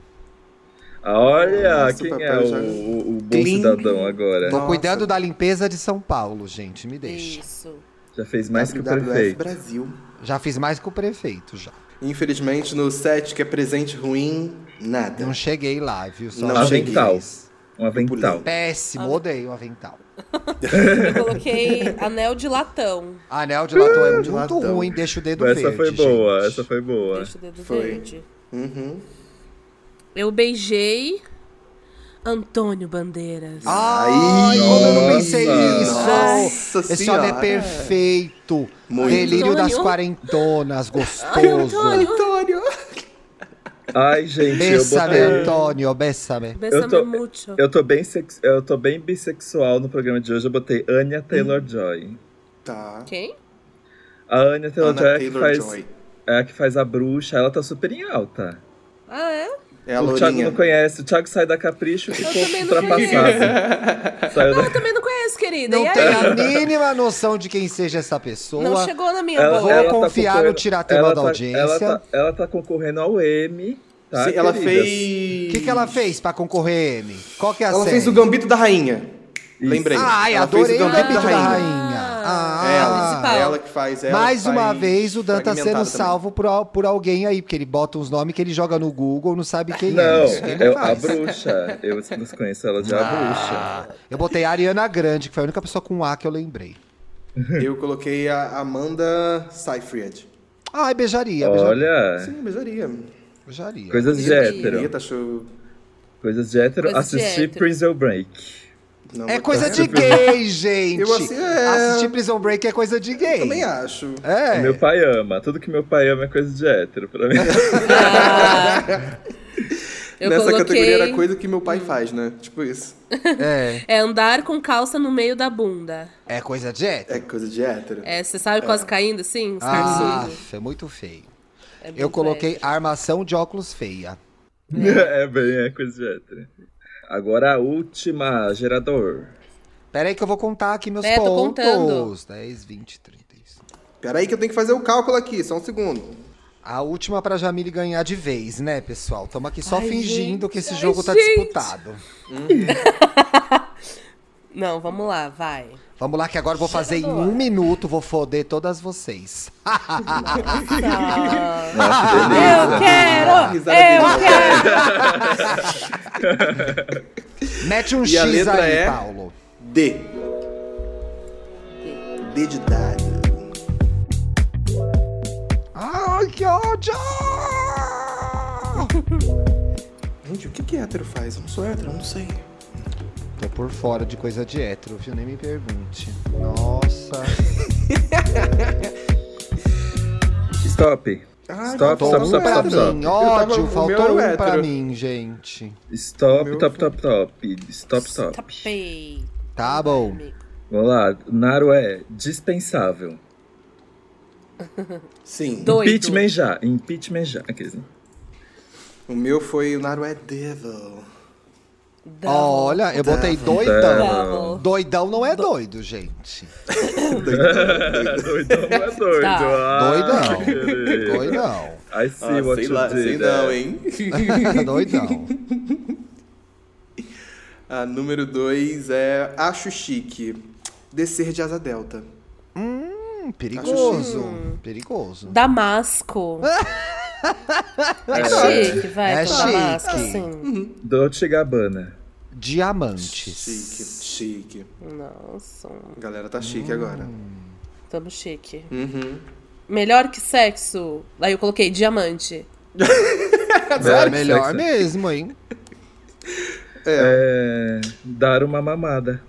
Speaker 1: Ah, Olha,
Speaker 2: Nossa,
Speaker 1: quem
Speaker 2: papai
Speaker 1: é o,
Speaker 2: já-
Speaker 1: o, o bom
Speaker 4: Clean.
Speaker 1: cidadão agora?
Speaker 4: Tô
Speaker 2: Nossa.
Speaker 4: cuidando da limpeza de São Paulo, gente. Me deixa.
Speaker 3: Isso.
Speaker 1: Já fez mais que o
Speaker 2: WWF
Speaker 1: prefeito.
Speaker 2: Brasil.
Speaker 4: Já fiz mais que o prefeito já.
Speaker 2: Infelizmente, no set que é presente ruim, nada.
Speaker 4: Não cheguei lá, viu? Só
Speaker 2: Não
Speaker 4: achei
Speaker 1: cheguei. Avental.
Speaker 4: isso.
Speaker 1: Um avental.
Speaker 4: Péssimo, odeio avental.
Speaker 3: Eu coloquei anel de latão.
Speaker 4: Anel de latão é muito
Speaker 2: latão.
Speaker 4: ruim, deixa o dedo
Speaker 1: Essa
Speaker 4: verde,
Speaker 1: foi boa,
Speaker 4: gente.
Speaker 1: essa foi boa.
Speaker 3: Deixa o dedo
Speaker 2: Foi.
Speaker 3: verde.
Speaker 2: Uhum.
Speaker 3: Eu beijei Antônio Bandeiras.
Speaker 2: Ah,
Speaker 4: Ai, como eu não pensei
Speaker 1: Nossa.
Speaker 4: nisso!
Speaker 2: Nossa
Speaker 4: Esse homem é
Speaker 2: Senhora.
Speaker 4: perfeito.
Speaker 2: Muito.
Speaker 4: Delírio das
Speaker 3: Antônio.
Speaker 4: quarentonas,
Speaker 3: Ai,
Speaker 4: gostoso.
Speaker 3: Antônio!
Speaker 2: Antônio!
Speaker 1: Ai, gente, eu
Speaker 4: Bessame,
Speaker 1: botei.
Speaker 4: né, Antônio, né? bessame.
Speaker 3: Bessame
Speaker 1: tô-
Speaker 3: muito.
Speaker 1: Eu tô, bem sex... eu tô bem bissexual no programa de hoje. Eu botei Anya Taylor Joy.
Speaker 2: Tá.
Speaker 3: Quem?
Speaker 1: A Anya Taylor Joy é
Speaker 2: Ana
Speaker 1: a que
Speaker 2: Taylor
Speaker 1: faz.
Speaker 2: Joy.
Speaker 1: É a que faz a bruxa, ela tá super em alta.
Speaker 3: Ah, é?
Speaker 2: É a
Speaker 1: o Thiago
Speaker 2: Lourinha.
Speaker 1: não conhece, o Thiago sai da capricho e ficou
Speaker 3: também não
Speaker 1: ultrapassado.
Speaker 2: (laughs)
Speaker 4: (laughs)
Speaker 1: Saiu
Speaker 3: Não, eu
Speaker 1: da...
Speaker 3: também não conheço, querida.
Speaker 4: Não
Speaker 3: e aí?
Speaker 4: tem a mínima noção de quem seja essa pessoa.
Speaker 3: Não chegou na minha
Speaker 4: Vou
Speaker 3: boca.
Speaker 4: confiar no
Speaker 1: concorrendo-
Speaker 4: tiratema
Speaker 1: tá ela
Speaker 4: da
Speaker 1: tá-
Speaker 4: audiência.
Speaker 1: Ela tá, ela tá concorrendo ao M, tá?
Speaker 2: Sim,
Speaker 1: queridas?
Speaker 2: ela
Speaker 4: O
Speaker 2: fez.
Speaker 4: que, que ela fez pra concorrer, M? Qual que é a
Speaker 2: Ela
Speaker 4: série?
Speaker 2: fez o Gambito da Rainha. Lembrei.
Speaker 4: Ai,
Speaker 2: ela
Speaker 4: adorei
Speaker 2: fez o Gambito da Rainha. É
Speaker 3: Ah,
Speaker 4: Ah,
Speaker 2: Ela,
Speaker 3: principal.
Speaker 2: ela que faz. Ela
Speaker 4: Mais
Speaker 2: que
Speaker 4: uma
Speaker 2: faz
Speaker 4: vez o Dan tá sendo
Speaker 2: fragmentada
Speaker 4: salvo por, al- por alguém aí, porque ele bota uns nomes que ele joga no Google, não sabe quem é.
Speaker 1: Não,
Speaker 4: Isso que ele
Speaker 1: eu, a
Speaker 4: faz.
Speaker 1: bruxa. Eu desconheço ela de a bruxa.
Speaker 4: Eu botei a Ariana Grande, que foi a única pessoa com A que eu lembrei.
Speaker 2: também. Eu coloquei a Amanda Seyfried.
Speaker 4: Ai, beijaria, beijaria.
Speaker 1: Olha,
Speaker 2: Sim, beijaria.
Speaker 4: beijaria.
Speaker 1: coisas
Speaker 2: é
Speaker 1: de
Speaker 3: Queria.
Speaker 1: hétero.
Speaker 2: Bonita, achou.
Speaker 1: Coisas de hétero.
Speaker 3: Coisas de
Speaker 1: Assisti
Speaker 3: hétero.
Speaker 1: Prison Break.
Speaker 2: Não,
Speaker 4: É
Speaker 2: eu
Speaker 4: coisa de
Speaker 2: também-
Speaker 4: gay, gente.
Speaker 2: Eu assi- é.
Speaker 4: Assistir Prison Break é coisa de gay.
Speaker 2: Eu também acho.
Speaker 4: É.
Speaker 1: Meu pai ama. Tudo que meu pai ama é coisa de hétero pra mim.
Speaker 3: Ah. Eu
Speaker 2: Nessa
Speaker 3: coloquei
Speaker 2: categoria era coisa que meu pai faz, né? Tipo isso.
Speaker 4: é.
Speaker 3: é andar com calça no meio da bunda.
Speaker 4: É coisa de hétero.
Speaker 2: É coisa de hétero.
Speaker 3: É, você sabe quase caindo assim?
Speaker 4: Ah,
Speaker 3: escarçudo.
Speaker 4: é muito feio.
Speaker 3: É bem
Speaker 4: Eu coloquei
Speaker 3: trash.
Speaker 4: armação de óculos feia.
Speaker 1: (laughs) é bem, é coisa de hétero. Agora a última, gerador.
Speaker 4: Pera aí que eu vou contar aqui meus
Speaker 3: É, tô
Speaker 4: pontos.
Speaker 3: contando.
Speaker 4: 10, 20, 35.
Speaker 2: Peraí que eu tenho que fazer o cálculo aqui, só um segundo.
Speaker 4: A última pra Jamile ganhar de vez, né, pessoal? Tamo aqui só
Speaker 3: Ai,
Speaker 4: fingindo
Speaker 3: gente,
Speaker 4: que esse
Speaker 3: ai,
Speaker 4: jogo tá
Speaker 3: gente.
Speaker 4: disputado.
Speaker 3: Não, vamos lá, vai.
Speaker 4: Vamos lá que agora eu vou fazer em um minuto, vou foder
Speaker 3: (laughs)
Speaker 4: todas vocês.
Speaker 3: Ah.
Speaker 1: Nossa,
Speaker 3: Eu quero!
Speaker 2: Risada
Speaker 3: Eu
Speaker 2: de-
Speaker 3: quero!
Speaker 4: Mete um
Speaker 2: E
Speaker 4: X
Speaker 2: a letra
Speaker 4: aí,
Speaker 2: é?
Speaker 4: Paulo.
Speaker 2: D. D de dado.
Speaker 4: Ai, que ódio!
Speaker 2: Gente, o que que hétero faz? Eu não sou hétero, eu não sei.
Speaker 4: Tô por fora de coisa de hétero, viu? Nem me pergunte. Nossa.
Speaker 1: Stop.
Speaker 2: Ah,
Speaker 1: Stop,
Speaker 4: Faltou
Speaker 1: stop,
Speaker 4: um
Speaker 1: stop,
Speaker 4: pra
Speaker 1: stop,
Speaker 4: mim,
Speaker 1: stop.
Speaker 2: Eu tava-
Speaker 4: ódio.
Speaker 2: o meu
Speaker 4: Faltou
Speaker 2: era o
Speaker 4: um
Speaker 2: hétero.
Speaker 4: pra mim, gente.
Speaker 1: Stop, top, top, top. Stop, stop.
Speaker 3: Tapei.
Speaker 4: Tá bom.
Speaker 1: Vamos lá. Naro é dispensável.
Speaker 2: Sim.
Speaker 3: Doido.
Speaker 1: Impeachment já. Impeachment já. Aqueles,
Speaker 2: (laughs)
Speaker 1: né?
Speaker 2: O meu foi o Naru é Devil.
Speaker 3: Double.
Speaker 4: Olha, eu botei doidão.
Speaker 3: Double.
Speaker 4: Doidão não é doido, gente.
Speaker 1: Doidão não
Speaker 3: (laughs)
Speaker 1: é doido.
Speaker 3: Tá.
Speaker 1: Ah,
Speaker 4: Doidão.
Speaker 1: querido.
Speaker 3: (laughs)
Speaker 4: Doidão.
Speaker 1: I see
Speaker 2: Ah,
Speaker 1: what
Speaker 2: sei
Speaker 1: you
Speaker 2: lá,
Speaker 1: did there.
Speaker 2: sei não, hein? (laughs)
Speaker 4: Doidão.
Speaker 2: A número 2 é Acho Chique. Descer de asa delta.
Speaker 4: Hum, perigoso. Perigoso.
Speaker 3: Damasco. (laughs) É chique, vai.
Speaker 4: É
Speaker 3: com Damasco,
Speaker 4: chique.
Speaker 3: sim.
Speaker 1: Dolce Gabbana.
Speaker 4: Diamantes.
Speaker 2: Chique, chique.
Speaker 3: Nossa,
Speaker 2: Galera, tá chique agora.
Speaker 3: tamo chique.
Speaker 2: Uhum.
Speaker 3: Melhor que sexo. Aí eu coloquei diamante.
Speaker 4: É
Speaker 2: É,
Speaker 1: Sério?
Speaker 4: melhor
Speaker 1: Sexo.
Speaker 4: mesmo, hein?
Speaker 1: É, dar uma mamada.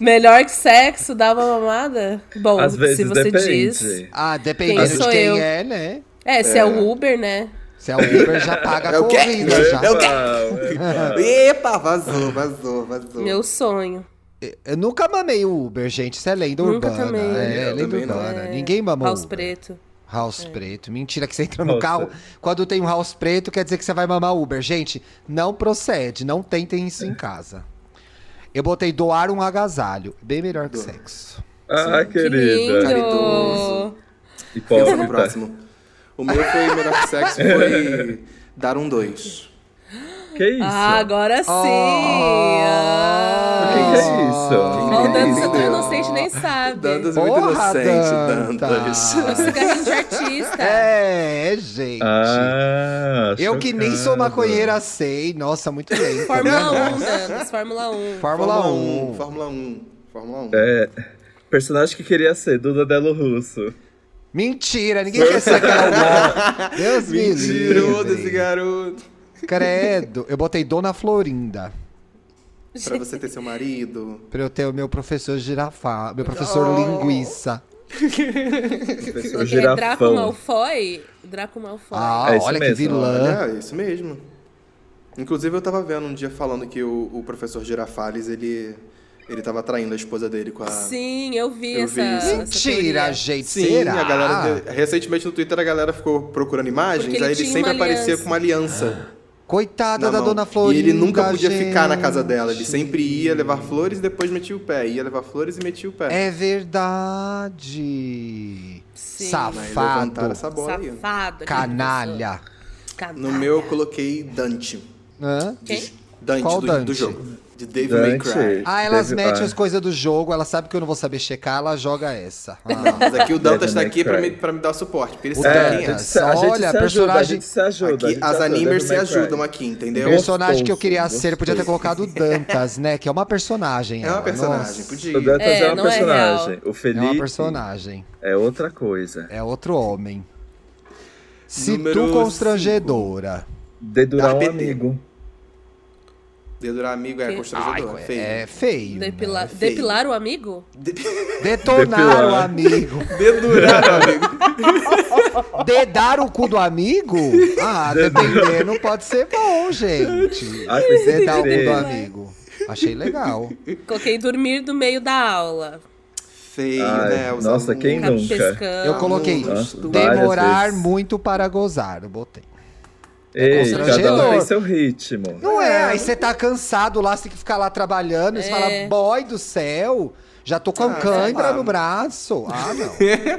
Speaker 3: Melhor que sexo, dá uma mamada? Bom,
Speaker 1: Às
Speaker 3: se
Speaker 1: vezes
Speaker 3: você
Speaker 1: depende.
Speaker 3: diz.
Speaker 4: Ah, dependendo
Speaker 3: Quem
Speaker 4: de
Speaker 3: sou
Speaker 4: quem
Speaker 3: eu?
Speaker 4: é, né?
Speaker 3: É, se é o Uber, né?
Speaker 4: Se é o Uber, já paga a
Speaker 2: (laughs) É o quê?
Speaker 4: corrida. Já.
Speaker 2: É o quê?
Speaker 1: Epa, epa.
Speaker 2: Epa, vazou, vazou, vazou.
Speaker 3: Meu sonho.
Speaker 4: Eu nunca mamei o Uber, gente. Isso é lenda
Speaker 3: Nunca
Speaker 4: urbana.
Speaker 3: também.
Speaker 4: É,
Speaker 2: Eu
Speaker 4: lenda
Speaker 2: também não.
Speaker 1: Tá né?
Speaker 4: urbana. Ninguém mamou.
Speaker 3: Paus
Speaker 4: Uber.
Speaker 3: preto.
Speaker 4: House
Speaker 3: É.
Speaker 4: preto. Mentira que você entra no
Speaker 1: Nossa.
Speaker 4: carro. Quando tem um house preto, quer dizer que você vai mamar Uber. Gente, não procede. Não tentem
Speaker 1: É.
Speaker 4: isso em casa. Eu botei doar um agasalho. Bem melhor que
Speaker 2: Doar.
Speaker 4: sexo.
Speaker 1: Ah,
Speaker 3: Que
Speaker 1: querida.
Speaker 3: lindo!
Speaker 2: Caridoso. Pensa no
Speaker 1: Hipócrita.
Speaker 2: próximo. O meu foi melhor que sexo, foi dar um dois.
Speaker 1: Que isso?
Speaker 3: Ah, agora sim!
Speaker 4: Oh.
Speaker 1: O que,
Speaker 3: Ah.
Speaker 1: que é isso? O
Speaker 3: Ó,
Speaker 1: que
Speaker 3: o
Speaker 1: que é
Speaker 3: Dantas
Speaker 1: isso?
Speaker 3: é tão
Speaker 2: Entendeu?
Speaker 3: inocente, nem sabe.
Speaker 2: Dantas é muito
Speaker 4: Porra,
Speaker 2: inocente,
Speaker 4: Dantas.
Speaker 3: Um
Speaker 2: Dantas.
Speaker 3: cigarrinho de artista.
Speaker 4: É, gente.
Speaker 1: Ah,
Speaker 4: Eu que nem sou
Speaker 1: chocado.
Speaker 4: maconheira, sei. Nossa, muito bem.
Speaker 3: (laughs)
Speaker 4: Tá
Speaker 3: Fórmula 1, Dantas, Fórmula 1.
Speaker 4: Fórmula 1.
Speaker 2: Fórmula 1. Fórmula 1.
Speaker 1: É. Personagem que queria ser, Duda Delo Russo.
Speaker 4: Mentira, ninguém quer ser
Speaker 1: (laughs)
Speaker 4: aquela. Deus me
Speaker 2: Mentiroso desse
Speaker 4: livre.
Speaker 2: garoto.
Speaker 4: Credo. Eu botei Dona Florinda.
Speaker 2: Pra você ter seu marido.
Speaker 4: Pra eu ter o meu professor girafá, meu
Speaker 3: Oh.
Speaker 4: professor linguiça.
Speaker 1: Professor
Speaker 3: Porque é Draco
Speaker 1: Girafão.
Speaker 3: Malfoy? Draco Malfoy.
Speaker 4: Ah,
Speaker 1: É isso
Speaker 4: olha que
Speaker 1: mesmo,
Speaker 4: vilã.
Speaker 2: É, é isso mesmo. Inclusive, eu tava vendo um dia falando que o, o professor Girafales, ele, ele tava traindo a esposa dele com a...
Speaker 3: Sim, eu vi
Speaker 2: Eu
Speaker 3: essa.
Speaker 2: vi isso.
Speaker 3: essa
Speaker 4: Mentira,
Speaker 3: teoria.
Speaker 4: gente.
Speaker 2: Sim,
Speaker 4: será?
Speaker 2: a galera... de- Recentemente no Twitter a galera ficou procurando imagens,
Speaker 3: Porque ele
Speaker 2: aí ele
Speaker 3: tinha
Speaker 2: sempre
Speaker 3: uma
Speaker 2: aparecia
Speaker 3: aliança.
Speaker 2: com uma aliança
Speaker 4: Coitada
Speaker 2: na
Speaker 4: da
Speaker 2: mão.
Speaker 4: Dona Florinda.
Speaker 2: E ele nunca podia ficar na casa
Speaker 4: gente.
Speaker 2: dela, ele sempre ia levar flores e depois metia o pé, ia levar flores e metia o pé.
Speaker 4: É verdade.
Speaker 3: Sim.
Speaker 2: Aí
Speaker 4: Safado.
Speaker 2: levantaram essa bola aí.
Speaker 3: Safado. aquele
Speaker 4: Canalha.
Speaker 3: professor. Canalha.
Speaker 2: No meu eu coloquei Dante.
Speaker 4: Hã?
Speaker 3: Quem?
Speaker 2: Dante,
Speaker 4: Qual
Speaker 2: do,
Speaker 4: Dante?
Speaker 2: do jogo. De Dave May
Speaker 1: Dante.
Speaker 2: Cry.
Speaker 4: Ah, elas
Speaker 1: Teve-
Speaker 4: metem
Speaker 1: ah.
Speaker 4: as coisas do jogo, ela sabe que eu não vou saber checar, ela
Speaker 2: (laughs)
Speaker 4: joga essa. Ah.
Speaker 2: Mas aqui o Dantas tá
Speaker 1: Devil May
Speaker 2: aqui pra
Speaker 1: Cry.
Speaker 2: me, pra me dar suporte, porque ele
Speaker 4: O
Speaker 2: sabe
Speaker 1: É,
Speaker 2: quem
Speaker 1: a
Speaker 2: é.
Speaker 1: gente se, a gente
Speaker 4: Olha,
Speaker 1: se ajuda, a
Speaker 4: personagem-
Speaker 1: gente se ajuda. a
Speaker 2: Aqui
Speaker 1: gente
Speaker 2: as
Speaker 1: ajuda,
Speaker 2: animers se
Speaker 1: Devil May Cry.
Speaker 2: ajudam aqui, entendeu?
Speaker 1: Gostoso,
Speaker 4: personagem que eu queria ser, podia
Speaker 1: gostoso.
Speaker 4: ter colocado o Dantas, né? Que é uma personagem.
Speaker 2: É uma
Speaker 4: ela,
Speaker 2: personagem,
Speaker 4: nossa.
Speaker 1: O
Speaker 2: podia.
Speaker 1: Dantas
Speaker 3: É,
Speaker 1: é, uma
Speaker 3: não é
Speaker 1: personagem. o
Speaker 4: É
Speaker 1: Felipe
Speaker 4: uma
Speaker 1: é,
Speaker 4: personagem.
Speaker 1: outra coisa.
Speaker 4: É outro homem. Se
Speaker 2: Número
Speaker 4: tu constrangedora.
Speaker 1: Dedurar um
Speaker 2: APT.
Speaker 1: amigo.
Speaker 2: Dedurar amigo é
Speaker 3: Que-
Speaker 2: constrangedor, é feio.
Speaker 4: É feio. né?
Speaker 3: Depila-
Speaker 2: feio.
Speaker 3: Depilar o amigo?
Speaker 2: De-
Speaker 4: Detonar o
Speaker 1: Depilar.
Speaker 4: amigo. (laughs)
Speaker 2: Dedurar amigo.
Speaker 4: Dedar o cu do amigo? Ah, dependendo, pode ser bom, gente.
Speaker 1: Ai, pensei que
Speaker 4: Dedar o cu do
Speaker 1: era.
Speaker 4: amigo. Achei legal.
Speaker 3: Coloquei dormir no meio da aula.
Speaker 2: Feio,
Speaker 1: Ai,
Speaker 2: né? Os
Speaker 1: nossa,
Speaker 2: alunos.
Speaker 1: quem
Speaker 3: Ficar
Speaker 1: nunca?
Speaker 3: pescando.
Speaker 4: Eu coloquei
Speaker 1: Nossa, várias
Speaker 4: demorar
Speaker 1: vezes.
Speaker 4: muito para gozar. Eu botei.
Speaker 1: Ei, cada um
Speaker 4: É constrangedor.
Speaker 1: tem seu ritmo.
Speaker 4: Não é, aí você tá cansado lá, você tem que ficar lá trabalhando. e Você
Speaker 3: É.
Speaker 4: fala, boy do céu, já tô com
Speaker 2: Ah,
Speaker 4: cãibra
Speaker 2: tá.
Speaker 4: no braço.
Speaker 2: (laughs)
Speaker 4: Ah, não.
Speaker 2: (laughs)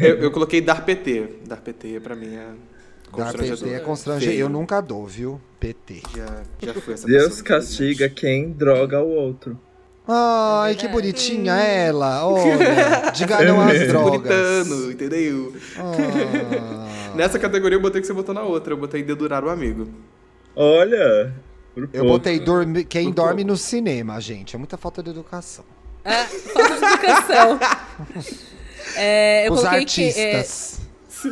Speaker 2: Eu, eu coloquei dar PT. Dar PT pra mim é
Speaker 4: Dar
Speaker 2: constrangedor.
Speaker 4: PT é constrangedor.
Speaker 2: Feio.
Speaker 4: Eu
Speaker 2: É
Speaker 4: nunca dou, viu? PT.
Speaker 2: Já, já fui essa
Speaker 1: Deus
Speaker 2: pessoa,
Speaker 1: castiga quem droga o outro.
Speaker 4: Ai, que bonitinha ela. Olha,
Speaker 2: (laughs)
Speaker 4: diga não às drogas.
Speaker 2: É Puritano, entendeu?
Speaker 4: Ah,
Speaker 2: Nessa categoria eu botei o que você botou na outra. Eu botei dedurar o amigo.
Speaker 1: Olha! por
Speaker 4: eu
Speaker 1: pouco.
Speaker 4: botei dormi- quem
Speaker 2: Por
Speaker 4: dorme
Speaker 2: pouco.
Speaker 4: no cinema, gente. É muita falta de educação.
Speaker 3: Ah, falta de educação. (laughs) É, eu
Speaker 4: Os
Speaker 3: coloquei
Speaker 4: artistas.
Speaker 3: Que,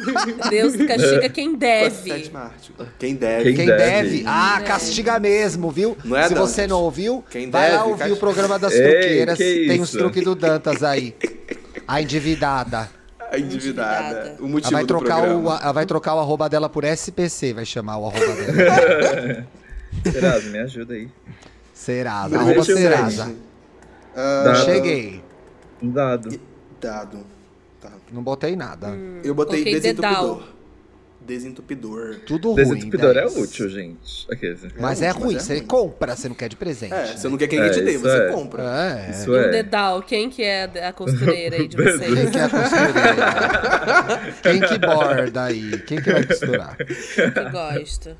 Speaker 3: é, Deus castiga
Speaker 2: (laughs)
Speaker 3: quem deve.
Speaker 2: é Sétima arte. Quem deve.
Speaker 1: Quem
Speaker 4: Quem
Speaker 1: deve.
Speaker 4: deve. Ah, castiga mesmo, viu?
Speaker 2: Não é,
Speaker 4: Se
Speaker 2: Dantas?
Speaker 4: você não ouviu,
Speaker 2: Quem
Speaker 4: vai lá
Speaker 2: deve,
Speaker 4: ouvir
Speaker 2: castiga.
Speaker 4: o programa das
Speaker 1: Ei,
Speaker 4: truqueiras.
Speaker 1: que
Speaker 4: Tem os
Speaker 1: isso?
Speaker 4: truques do Dantas aí. A endividada.
Speaker 2: A endividada.
Speaker 3: Endividada.
Speaker 2: O
Speaker 4: Ela
Speaker 2: motivo
Speaker 4: vai,
Speaker 2: do
Speaker 4: trocar o,
Speaker 2: programa.
Speaker 4: ela vai trocar o arroba dela por SPC, vai chamar o arroba dela.
Speaker 1: Serasa, me ajuda aí.
Speaker 4: Serasa.
Speaker 2: Não,
Speaker 4: Arroba
Speaker 1: deixa eu ver.
Speaker 4: Serasa.
Speaker 2: Ah,
Speaker 4: Cheguei.
Speaker 1: Um dado.
Speaker 2: Dado. Tá.
Speaker 4: Não botei nada.
Speaker 2: Eu botei
Speaker 3: Coloquei
Speaker 2: desentupidor.
Speaker 3: dedal.
Speaker 2: Desentupidor.
Speaker 4: Tudo ruim.
Speaker 1: Desentupidor é
Speaker 4: dez.
Speaker 1: útil, gente. Aquele.
Speaker 4: Mas
Speaker 2: É
Speaker 4: é,
Speaker 2: útil,
Speaker 4: ruim,
Speaker 2: mas é
Speaker 4: você
Speaker 2: ruim.
Speaker 4: compra, você não quer de presente.
Speaker 2: É,
Speaker 4: né?
Speaker 2: você não quer que ninguém
Speaker 1: É,
Speaker 2: te dê,
Speaker 1: isso
Speaker 2: você
Speaker 1: é.
Speaker 2: compra.
Speaker 4: É.
Speaker 1: Isso
Speaker 3: E o
Speaker 1: é.
Speaker 3: Dedal, quem que é a costureira aí de
Speaker 4: (laughs) Quem
Speaker 3: vocês?
Speaker 4: que é a costureira?
Speaker 1: (laughs)
Speaker 4: Quem que borda aí? Quem que vai costurar?
Speaker 3: que gosta?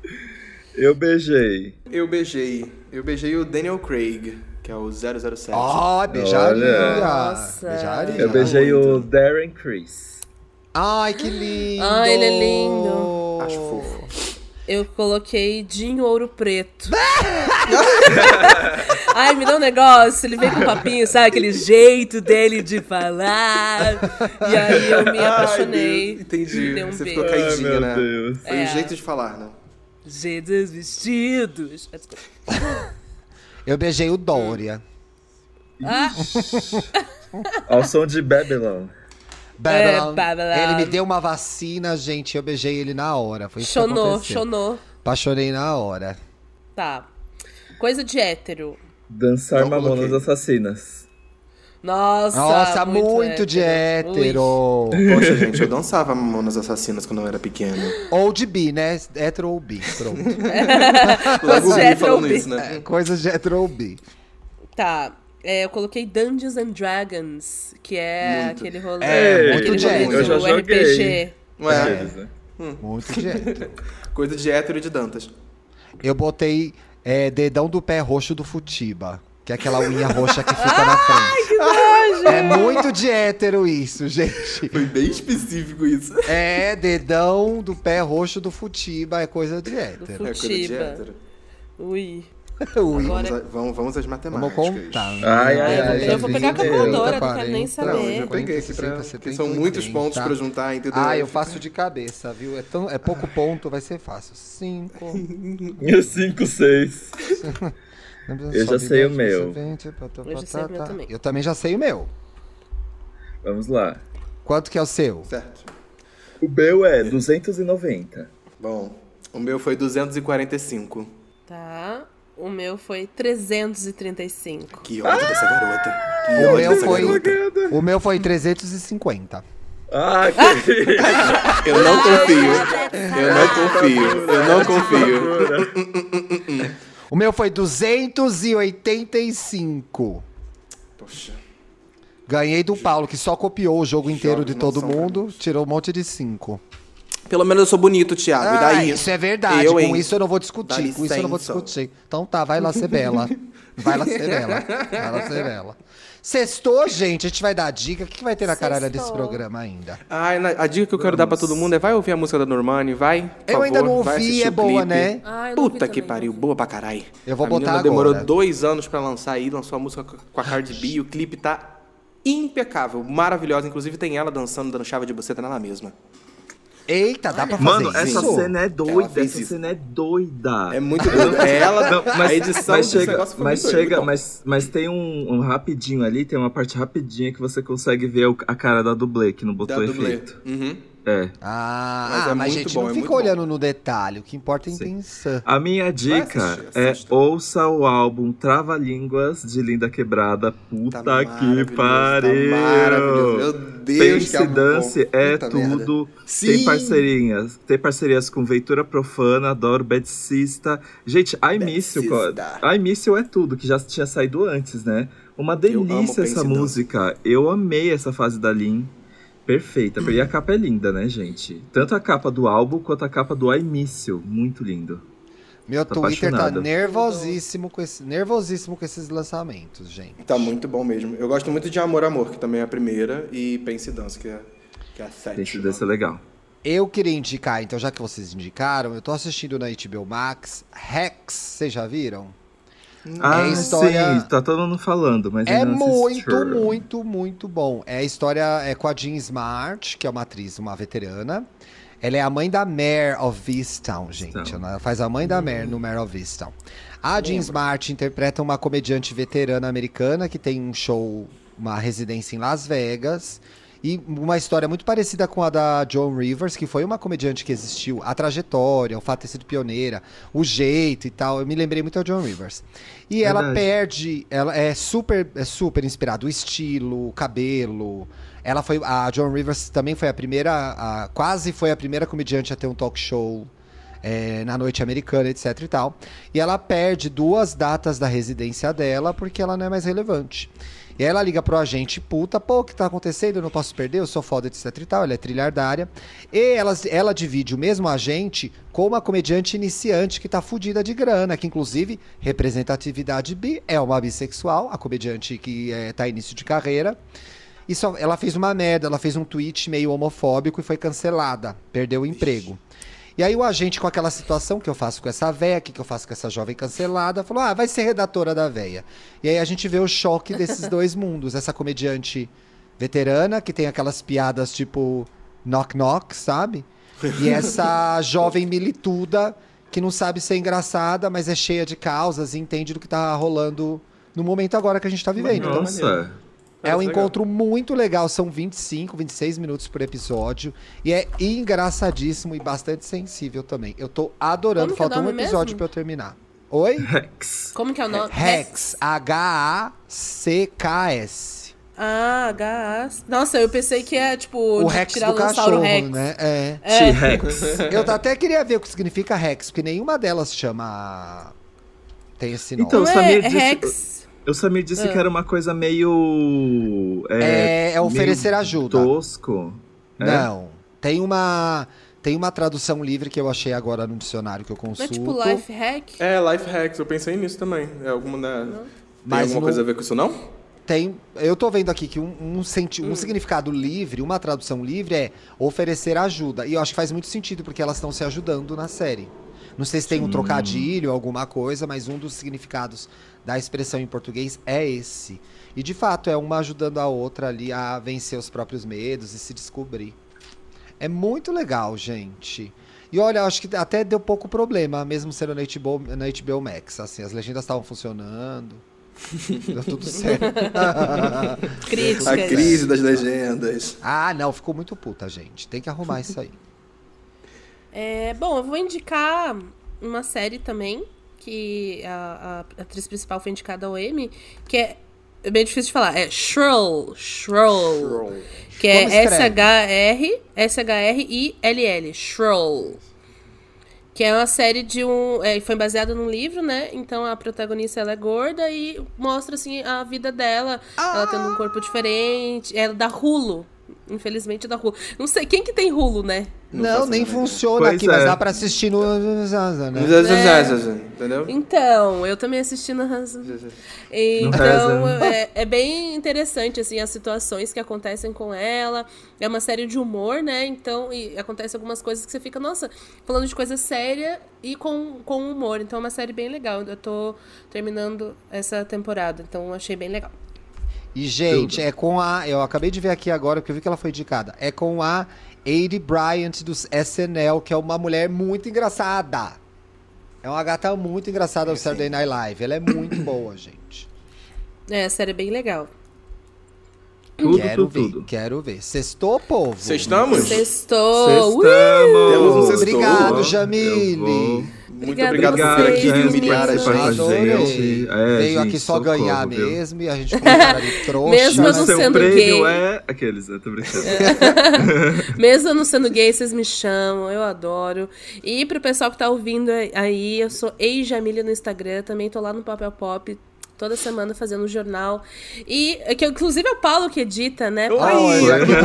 Speaker 1: Eu beijei.
Speaker 2: Eu beijei. Eu beijei o Daniel Craig, que é o 007.
Speaker 4: Ó, beijaria!
Speaker 1: Olha.
Speaker 3: Nossa.
Speaker 4: Beijaria.
Speaker 1: Eu beijei o
Speaker 2: muito.
Speaker 1: Darren Criss.
Speaker 4: Ai, que lindo!
Speaker 3: Ai, ele é lindo.
Speaker 2: Acho fofo.
Speaker 3: Eu coloquei Dinho Ouro Preto. Ai, me dá um negócio. Ele vem com um papinho, sabe? Aquele jeito dele de falar. E aí eu me
Speaker 2: Ai, Deus,
Speaker 3: apaixonei. Me
Speaker 2: entendi.
Speaker 3: deu um
Speaker 2: você
Speaker 3: beijo.
Speaker 2: ficou
Speaker 1: Ai,
Speaker 2: caidinha,
Speaker 1: meu
Speaker 2: né?
Speaker 1: Deus.
Speaker 2: Foi
Speaker 3: É.
Speaker 2: o jeito de falar, né?
Speaker 3: Jesus vestidos.
Speaker 4: Eu beijei o Dória.
Speaker 3: Ah,
Speaker 1: Ao som de Babylon.
Speaker 4: Babylon.
Speaker 3: É, Babylon.
Speaker 4: Ele me deu uma vacina, gente. Eu beijei ele na hora. Foi isso que
Speaker 3: chonou,
Speaker 4: aconteceu.
Speaker 3: chonou.
Speaker 4: Apaixonei na hora.
Speaker 3: Tá. Coisa de hétero.
Speaker 1: Dançar
Speaker 2: Não
Speaker 1: Mamonas
Speaker 2: coloquei.
Speaker 1: Assassinas.
Speaker 3: Nossa,
Speaker 4: Nossa, muito, de hétero.
Speaker 2: Poxa, gente, eu dançava Mamonas Assassinas quando eu era
Speaker 3: (laughs)
Speaker 2: pequeno.
Speaker 4: Ou de bi, né? Hétero ou bi. Pronto.
Speaker 2: Logo
Speaker 3: Você
Speaker 2: o
Speaker 3: é
Speaker 2: Gui falando
Speaker 3: trombeta.
Speaker 2: isso, né?
Speaker 4: Coisas de hétero ou bi.
Speaker 3: Tá. é, eu coloquei Dungeons and Dragons, que é
Speaker 2: Muito.
Speaker 3: aquele rolê.
Speaker 4: É, muito
Speaker 3: aquele
Speaker 4: de
Speaker 3: rolê
Speaker 4: hétero.
Speaker 1: Eu já
Speaker 3: do
Speaker 1: joguei.
Speaker 3: RPG.
Speaker 2: Ué,
Speaker 1: Eles, né?
Speaker 4: Muito de hétero.
Speaker 2: é?
Speaker 1: É.
Speaker 2: coisa de hétero e de Dantas.
Speaker 4: Eu botei é, dedão do pé roxo do Futiba. Que é aquela unha roxa que fica na frente. É muito de hétero isso, (laughs) gente.
Speaker 2: Foi bem específico isso.
Speaker 4: É, dedão do pé roxo do Futiba é coisa de hétero.
Speaker 2: É coisa de
Speaker 3: Futiba.
Speaker 2: hétero.
Speaker 3: Ui.
Speaker 4: (laughs)
Speaker 3: Agora-
Speaker 4: Ui,
Speaker 2: Vamos, a- vamos, vamos às matemáticas.
Speaker 4: vamos contar.
Speaker 1: Ai, ai, ai,
Speaker 3: eu vou pegar a calculadora, não quero nem
Speaker 2: Não, eu já
Speaker 3: saber.
Speaker 2: peguei aqui pra... porque são muitos pontos pra juntar, entendeu?
Speaker 4: Ah, eu faço de cabeça, viu? É, tão, é pouco ponto, vai ser fácil. Cinco.
Speaker 1: 5, 6. Eu já sei o meu.
Speaker 4: Eu
Speaker 3: já sei o meu também.
Speaker 4: tá, Eu também já sei o meu.
Speaker 1: Vamos lá.
Speaker 4: Quanto que é o seu?
Speaker 2: Certo.
Speaker 1: O meu é 290.
Speaker 2: Bom, o meu foi 245.
Speaker 3: Tá. O meu foi 335.
Speaker 2: Que ódio dessa garota. Que
Speaker 4: O
Speaker 2: ódio
Speaker 4: meu
Speaker 2: dessa
Speaker 4: foi.
Speaker 2: garota.
Speaker 4: O meu foi 350.
Speaker 1: Ah,
Speaker 2: (laughs)
Speaker 1: que
Speaker 2: Eu não confio. Eu não confio. Eu não confio.
Speaker 1: loucura.
Speaker 4: O meu foi 285.
Speaker 2: Poxa.
Speaker 4: Ganhei do Paulo, que só copiou o jogo inteiro de
Speaker 2: não
Speaker 4: todo
Speaker 2: são
Speaker 4: mundo, tirou um monte de cinco.
Speaker 2: Pelo menos eu sou bonito, Thiago. e
Speaker 4: Ah,
Speaker 2: daí?
Speaker 4: isso é verdade.
Speaker 2: Eu,
Speaker 4: com
Speaker 2: hein?
Speaker 4: isso eu não vou
Speaker 2: Dá
Speaker 4: discutir. Com isso eu não vou
Speaker 2: licença.
Speaker 4: discutir. Então tá, vai lá ser bela. Vai lá ser bela. Vai lá ser bela. Sextou, gente. A gente vai dar dica. O que que vai ter na caralha desse
Speaker 3: Sextou.
Speaker 4: programa ainda?
Speaker 2: Ai, Ah, na- a dica que eu quero dar pra todo mundo é vai ouvir a música da Normani, vai. por
Speaker 4: Eu ainda
Speaker 2: favor,
Speaker 4: não
Speaker 2: vai
Speaker 4: ouvi,
Speaker 2: assistir
Speaker 4: é
Speaker 2: o
Speaker 4: boa,
Speaker 2: clipe.
Speaker 4: né?
Speaker 3: Ah, eu não
Speaker 2: Puta
Speaker 3: vi
Speaker 2: que
Speaker 3: também,
Speaker 2: pariu,
Speaker 3: não vi.
Speaker 2: boa pra caralho.
Speaker 4: Eu vou
Speaker 2: a
Speaker 4: botar
Speaker 2: menina demorou
Speaker 4: agora.
Speaker 2: dois anos pra lançar aí, lançou a música com a Cardi B, o clipe tá impecável, maravilhosa. Inclusive tem ela dançando, dando chave de buceta nela mesma.
Speaker 4: Eita, dá pra fazer
Speaker 1: Mano,
Speaker 4: isso?
Speaker 1: essa cena é
Speaker 2: Ela
Speaker 1: doida.
Speaker 2: fez
Speaker 1: Essa
Speaker 2: isso.
Speaker 1: cena é doida.
Speaker 2: É muito doido. É ela,
Speaker 1: Não, mas,
Speaker 2: a edição
Speaker 1: mas
Speaker 2: desse
Speaker 1: chega,
Speaker 2: negócio foi
Speaker 1: mas,
Speaker 2: muito doida,
Speaker 1: chega
Speaker 2: muito bom.
Speaker 1: mas, mas tem um, um rapidinho ali, tem uma parte rapidinha que você consegue ver o- a cara da dublê que não
Speaker 2: Da
Speaker 1: botou
Speaker 2: dublê.
Speaker 1: efeito.
Speaker 2: Uhum.
Speaker 1: É.
Speaker 4: Ah,
Speaker 2: Mas
Speaker 4: mas,
Speaker 2: é muito
Speaker 4: gente
Speaker 2: bom,
Speaker 4: não
Speaker 2: é
Speaker 4: fica
Speaker 2: muito
Speaker 4: olhando no detalhe. O que importa é a
Speaker 1: Sim.
Speaker 4: intenção.
Speaker 1: A minha dica
Speaker 2: assistir,
Speaker 1: é
Speaker 2: assista.
Speaker 1: ouça o álbum Trava Línguas de Linda Quebrada. Puta que
Speaker 2: Tá maravilhoso,
Speaker 1: pariu!
Speaker 2: Tá maravilhoso. Meu Deus, que
Speaker 1: Pense
Speaker 2: álbum
Speaker 1: Dance
Speaker 2: bom.
Speaker 1: é
Speaker 2: Puta merda.
Speaker 1: tudo.
Speaker 2: Sim!
Speaker 1: Tem parcerias. Tem parcerias com Ventura Profana, Adoro Betsista. Gente, I Miss You, co-
Speaker 2: Betsista.
Speaker 1: I Miss You é tudo, que já tinha saído antes, né? Uma
Speaker 2: amo
Speaker 1: delícia
Speaker 2: Pense
Speaker 1: essa
Speaker 2: Dance.
Speaker 1: música. Eu amei essa fase da Lin. Perfeita. E a capa é linda, né, gente? Tanto a capa do álbum quanto a capa do I Miss You. Muito lindo.
Speaker 4: Meu
Speaker 1: Tô
Speaker 4: Twitter tá
Speaker 1: apaixonado.
Speaker 4: nervosíssimo com, esse, nervosíssimo com esses lançamentos, gente.
Speaker 2: Tá muito bom mesmo. Eu gosto muito de Amor Amor, que também é a primeira, e Pense Dance, que é, que é a
Speaker 1: Pense
Speaker 2: sétima.
Speaker 1: Dance é legal.
Speaker 4: Eu queria indicar, então, já que vocês indicaram, eu tô assistindo na HBO Max, Rex, vocês já viram?
Speaker 1: Ah,
Speaker 4: É história-
Speaker 1: sim, tá todo mundo falando, mas
Speaker 4: É
Speaker 1: ainda não assisti.
Speaker 4: muito, muito, muito bom. É a história é com a Jean Smart, que é uma atriz, uma veterana. Ela é a mãe da Mare of Vistown, gente.
Speaker 1: Vistown.
Speaker 4: Ela faz a mãe da
Speaker 1: Hum.
Speaker 4: Mare no Mare of Vistown. A Jean Smart interpreta uma comediante veterana americana que tem um show, uma residência em Las Vegas. E uma história muito parecida com a da Joan Rivers, que foi uma comediante que existiu. A trajetória, o fato de ter sido pioneira, o jeito e tal. Eu me lembrei muito da Joan Rivers. E ela
Speaker 1: Verdade.
Speaker 4: perde, ela é super, é super inspirada. O estilo, o cabelo. Ela foi. A Joan Rivers também foi a primeira. a- quase foi a primeira comediante a ter um talk show é, na noite americana, etc e tal. E ela perde duas datas da residência dela porque ela não é mais relevante. E aí ela liga pro agente, puta, pô, o que tá acontecendo? Eu não posso perder, eu sou foda, etc e tal. Ela é trilhardária. E ela, ela divide o mesmo agente com uma comediante iniciante que tá fudida de grana, que inclusive representatividade bi é uma bissexual, a comediante que eh, tá início de carreira. E só, ela fez uma merda, ela fez um tweet meio homofóbico e foi cancelada, perdeu o emprego. E aí o agente com aquela situação que eu faço com essa véia, o que que eu faço com essa jovem cancelada, falou: "Ah, vai ser redatora da véia". E aí a gente vê o choque desses dois mundos, essa comediante veterana que tem aquelas piadas tipo knock knock, sabe? E essa jovem milituda que não sabe ser engraçada, mas é cheia de causas e entende do que tá rolando no momento agora que a gente tá vivendo. Então,
Speaker 1: Nossa,
Speaker 4: é um
Speaker 2: Parece
Speaker 4: encontro muito legal, são 25, 26 minutos por episódio. E é engraçadíssimo e bastante sensível também. Eu tô adorando,
Speaker 3: Como que é o
Speaker 4: falta um
Speaker 3: nome
Speaker 4: episódio
Speaker 3: mesmo?
Speaker 4: pra eu terminar. Oi?
Speaker 3: (laughs)
Speaker 1: Rex.
Speaker 3: Como que é o nome?
Speaker 4: Rex, H-A-C-K-S.
Speaker 3: Ah, gás. Nossa, eu pensei que é tipo
Speaker 4: O
Speaker 3: de
Speaker 4: Rex do
Speaker 3: Tiranossauro
Speaker 4: cachorro,
Speaker 3: Rex.
Speaker 4: né? É.
Speaker 3: É.
Speaker 1: T-Rex.
Speaker 4: Eu até queria ver o que significa Rex, porque nenhuma delas chama. Tem esse nome.
Speaker 1: Então,
Speaker 3: Não é,
Speaker 1: Samir
Speaker 3: é
Speaker 1: disse-
Speaker 3: Rex.
Speaker 1: O Samir disse que era uma coisa meio.
Speaker 4: Ah. é, é
Speaker 1: meio
Speaker 4: oferecer ajuda.
Speaker 1: Tosco. É?
Speaker 4: Não. Tem uma. Tem uma tradução livre que eu achei agora no dicionário que eu
Speaker 3: Não é
Speaker 4: consulto.
Speaker 3: tipo Life Hack?
Speaker 2: É, life hacks, eu pensei nisso também. É alguma da... Tem
Speaker 4: Mas
Speaker 2: alguma
Speaker 4: não-
Speaker 2: coisa a ver com isso, não?
Speaker 4: Tem, eu tô vendo aqui que um, um senti- um significado livre, uma tradução livre é oferecer ajuda. E eu acho que faz muito sentido, porque elas estão se ajudando na série. Não sei se tem um trocadilho, alguma coisa, mas um dos significados da expressão em português é esse. E de fato, é uma ajudando a outra ali a vencer os próprios medos e se descobrir. É muito legal, gente. E olha, eu acho que até deu pouco problema, mesmo sendo na HBO, na HBO Max. Assim, as legendas estavam funcionando. Deu
Speaker 1: (laughs)
Speaker 4: tudo certo. É
Speaker 3: Críticas.
Speaker 2: A crise das legendas.
Speaker 4: (laughs) ah, não, ficou muito puta, gente. Tem que arrumar isso aí.
Speaker 3: É, bom, eu vou indicar uma série também, que a, a atriz principal foi indicada ao Emmy, que é é bem difícil de falar, é Shrill, Shrill, que é
Speaker 4: Como escreve?
Speaker 3: S-H-R, S-H-R-I-L-L, Shrill. Que é uma série de um. é, foi baseada num livro, né? Então a protagonista ela é gorda e mostra assim a vida dela. Ela tendo um corpo diferente. Ela dá rulo. Infelizmente dá rulo. Não sei, quem que tem rulo, né?
Speaker 2: Não
Speaker 4: Não,
Speaker 2: faço
Speaker 4: nem
Speaker 2: ideia.
Speaker 4: funciona
Speaker 1: Pois
Speaker 4: aqui, mas
Speaker 1: é.
Speaker 4: dá pra assistir no. Né?
Speaker 2: Entendeu?
Speaker 3: Então, eu também assisti na Hansa. Então,
Speaker 1: reza,
Speaker 3: é, é bem interessante, assim, as situações que acontecem com ela. É uma série de humor, né? Então, e acontece algumas coisas que você fica, nossa, falando de coisa séria e com, com humor. Então, é uma série bem legal. Eu tô terminando essa temporada, então achei bem legal.
Speaker 4: E, gente, é com a. Eu acabei de ver aqui agora, porque eu vi que ela foi indicada. É com a Aidy Bryant dos SNL, que é uma mulher muito engraçada. É uma gata muito engraçada do Saturday Night Live. Ela é muito boa, gente.
Speaker 3: É, a série é bem legal.
Speaker 1: Tudo,
Speaker 4: quero
Speaker 1: tudo,
Speaker 4: ver,
Speaker 1: tudo.
Speaker 4: quero ver. Sextou, povo?
Speaker 2: Sextamos?
Speaker 3: Sextou! Oh, Uh! Ui!
Speaker 1: Sextamos!
Speaker 2: Temos um sextou.
Speaker 4: Obrigado,
Speaker 1: Eu
Speaker 4: Jamile.
Speaker 1: vou-
Speaker 2: Muito
Speaker 3: Obrigado
Speaker 2: obrigado,
Speaker 3: a
Speaker 2: por
Speaker 1: Obrigado,
Speaker 2: vir aqui
Speaker 3: vocês,
Speaker 2: e
Speaker 1: gente, por
Speaker 2: humilhar a
Speaker 1: participar com a
Speaker 2: gente.
Speaker 1: gente. É,
Speaker 4: Veio
Speaker 1: gente,
Speaker 4: aqui só
Speaker 1: socorro,
Speaker 4: ganhar
Speaker 1: viu?
Speaker 4: mesmo e a gente ficou um cara de trouxa. né?
Speaker 3: Mesmo eu
Speaker 4: mas
Speaker 3: não
Speaker 1: Seu
Speaker 3: sendo
Speaker 1: prêmio
Speaker 3: gay. É.
Speaker 1: é... Aqueles, eu tô brincando.
Speaker 3: Mesmo eu não sendo gay, vocês me chamam, eu adoro. E pro pessoal que tá ouvindo aí, eu sou Eijamília no Instagram, também tô lá no Papel Pop. Toda semana fazendo jornal. E é que inclusive é o Paulo que edita, né?
Speaker 4: Olha, que
Speaker 1: Oi.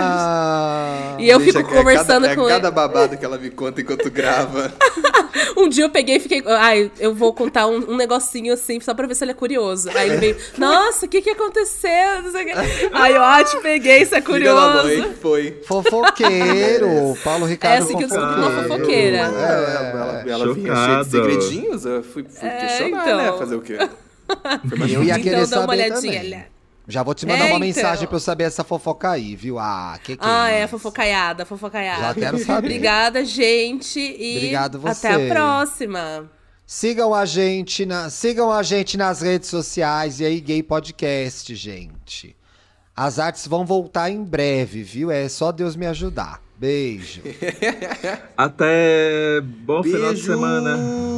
Speaker 4: bolinha!
Speaker 3: E eu
Speaker 2: Gente,
Speaker 3: fico
Speaker 2: é cada-
Speaker 3: conversando
Speaker 2: é
Speaker 3: com
Speaker 2: cada babado que ela me conta enquanto
Speaker 3: (laughs)
Speaker 2: grava.
Speaker 3: ele. Um dia eu peguei e fiquei. Ai, eu vou contar um, um negocinho assim, só pra ver se ele é curioso. Aí ele
Speaker 2: (laughs)
Speaker 3: veio, nossa, o que que aconteceu? Não sei o quê. Aí eu, ah, te peguei, isso é
Speaker 2: Filha da
Speaker 3: curioso.
Speaker 2: mãe, foi.
Speaker 4: Fofoqueiro! Paulo Ricardo
Speaker 3: É assim que eu sou
Speaker 4: fofoqueiro.
Speaker 3: uma fofoqueira.
Speaker 2: Ela, ela, ela vinha cheia
Speaker 1: Chocado.
Speaker 2: de segredinhos, eu fui, fui
Speaker 3: É,
Speaker 2: questionar,
Speaker 3: então.
Speaker 2: né? Fazer o
Speaker 3: (laughs)
Speaker 2: quê? um
Speaker 4: Eu ia querer
Speaker 3: Então dá uma
Speaker 4: saber
Speaker 3: olhadinha
Speaker 4: também.
Speaker 3: lá.
Speaker 4: Já vou te mandar
Speaker 3: É,
Speaker 4: uma
Speaker 3: então.
Speaker 4: mensagem pra eu saber essa fofoca aí, viu? Ah, que que
Speaker 3: Ah, é,
Speaker 4: isso?
Speaker 3: fofocaiada, fofocaiada.
Speaker 4: Já quero saber.
Speaker 3: Obrigada, gente. E
Speaker 4: Obrigado você.
Speaker 3: até a próxima.
Speaker 4: Sigam a gente na, sigam a gente nas redes sociais e aí Gay Podcast, gente. As artes vão voltar em breve, viu? É só Deus me ajudar. Beijo.
Speaker 1: Até bom final de semana.
Speaker 2: Beijo!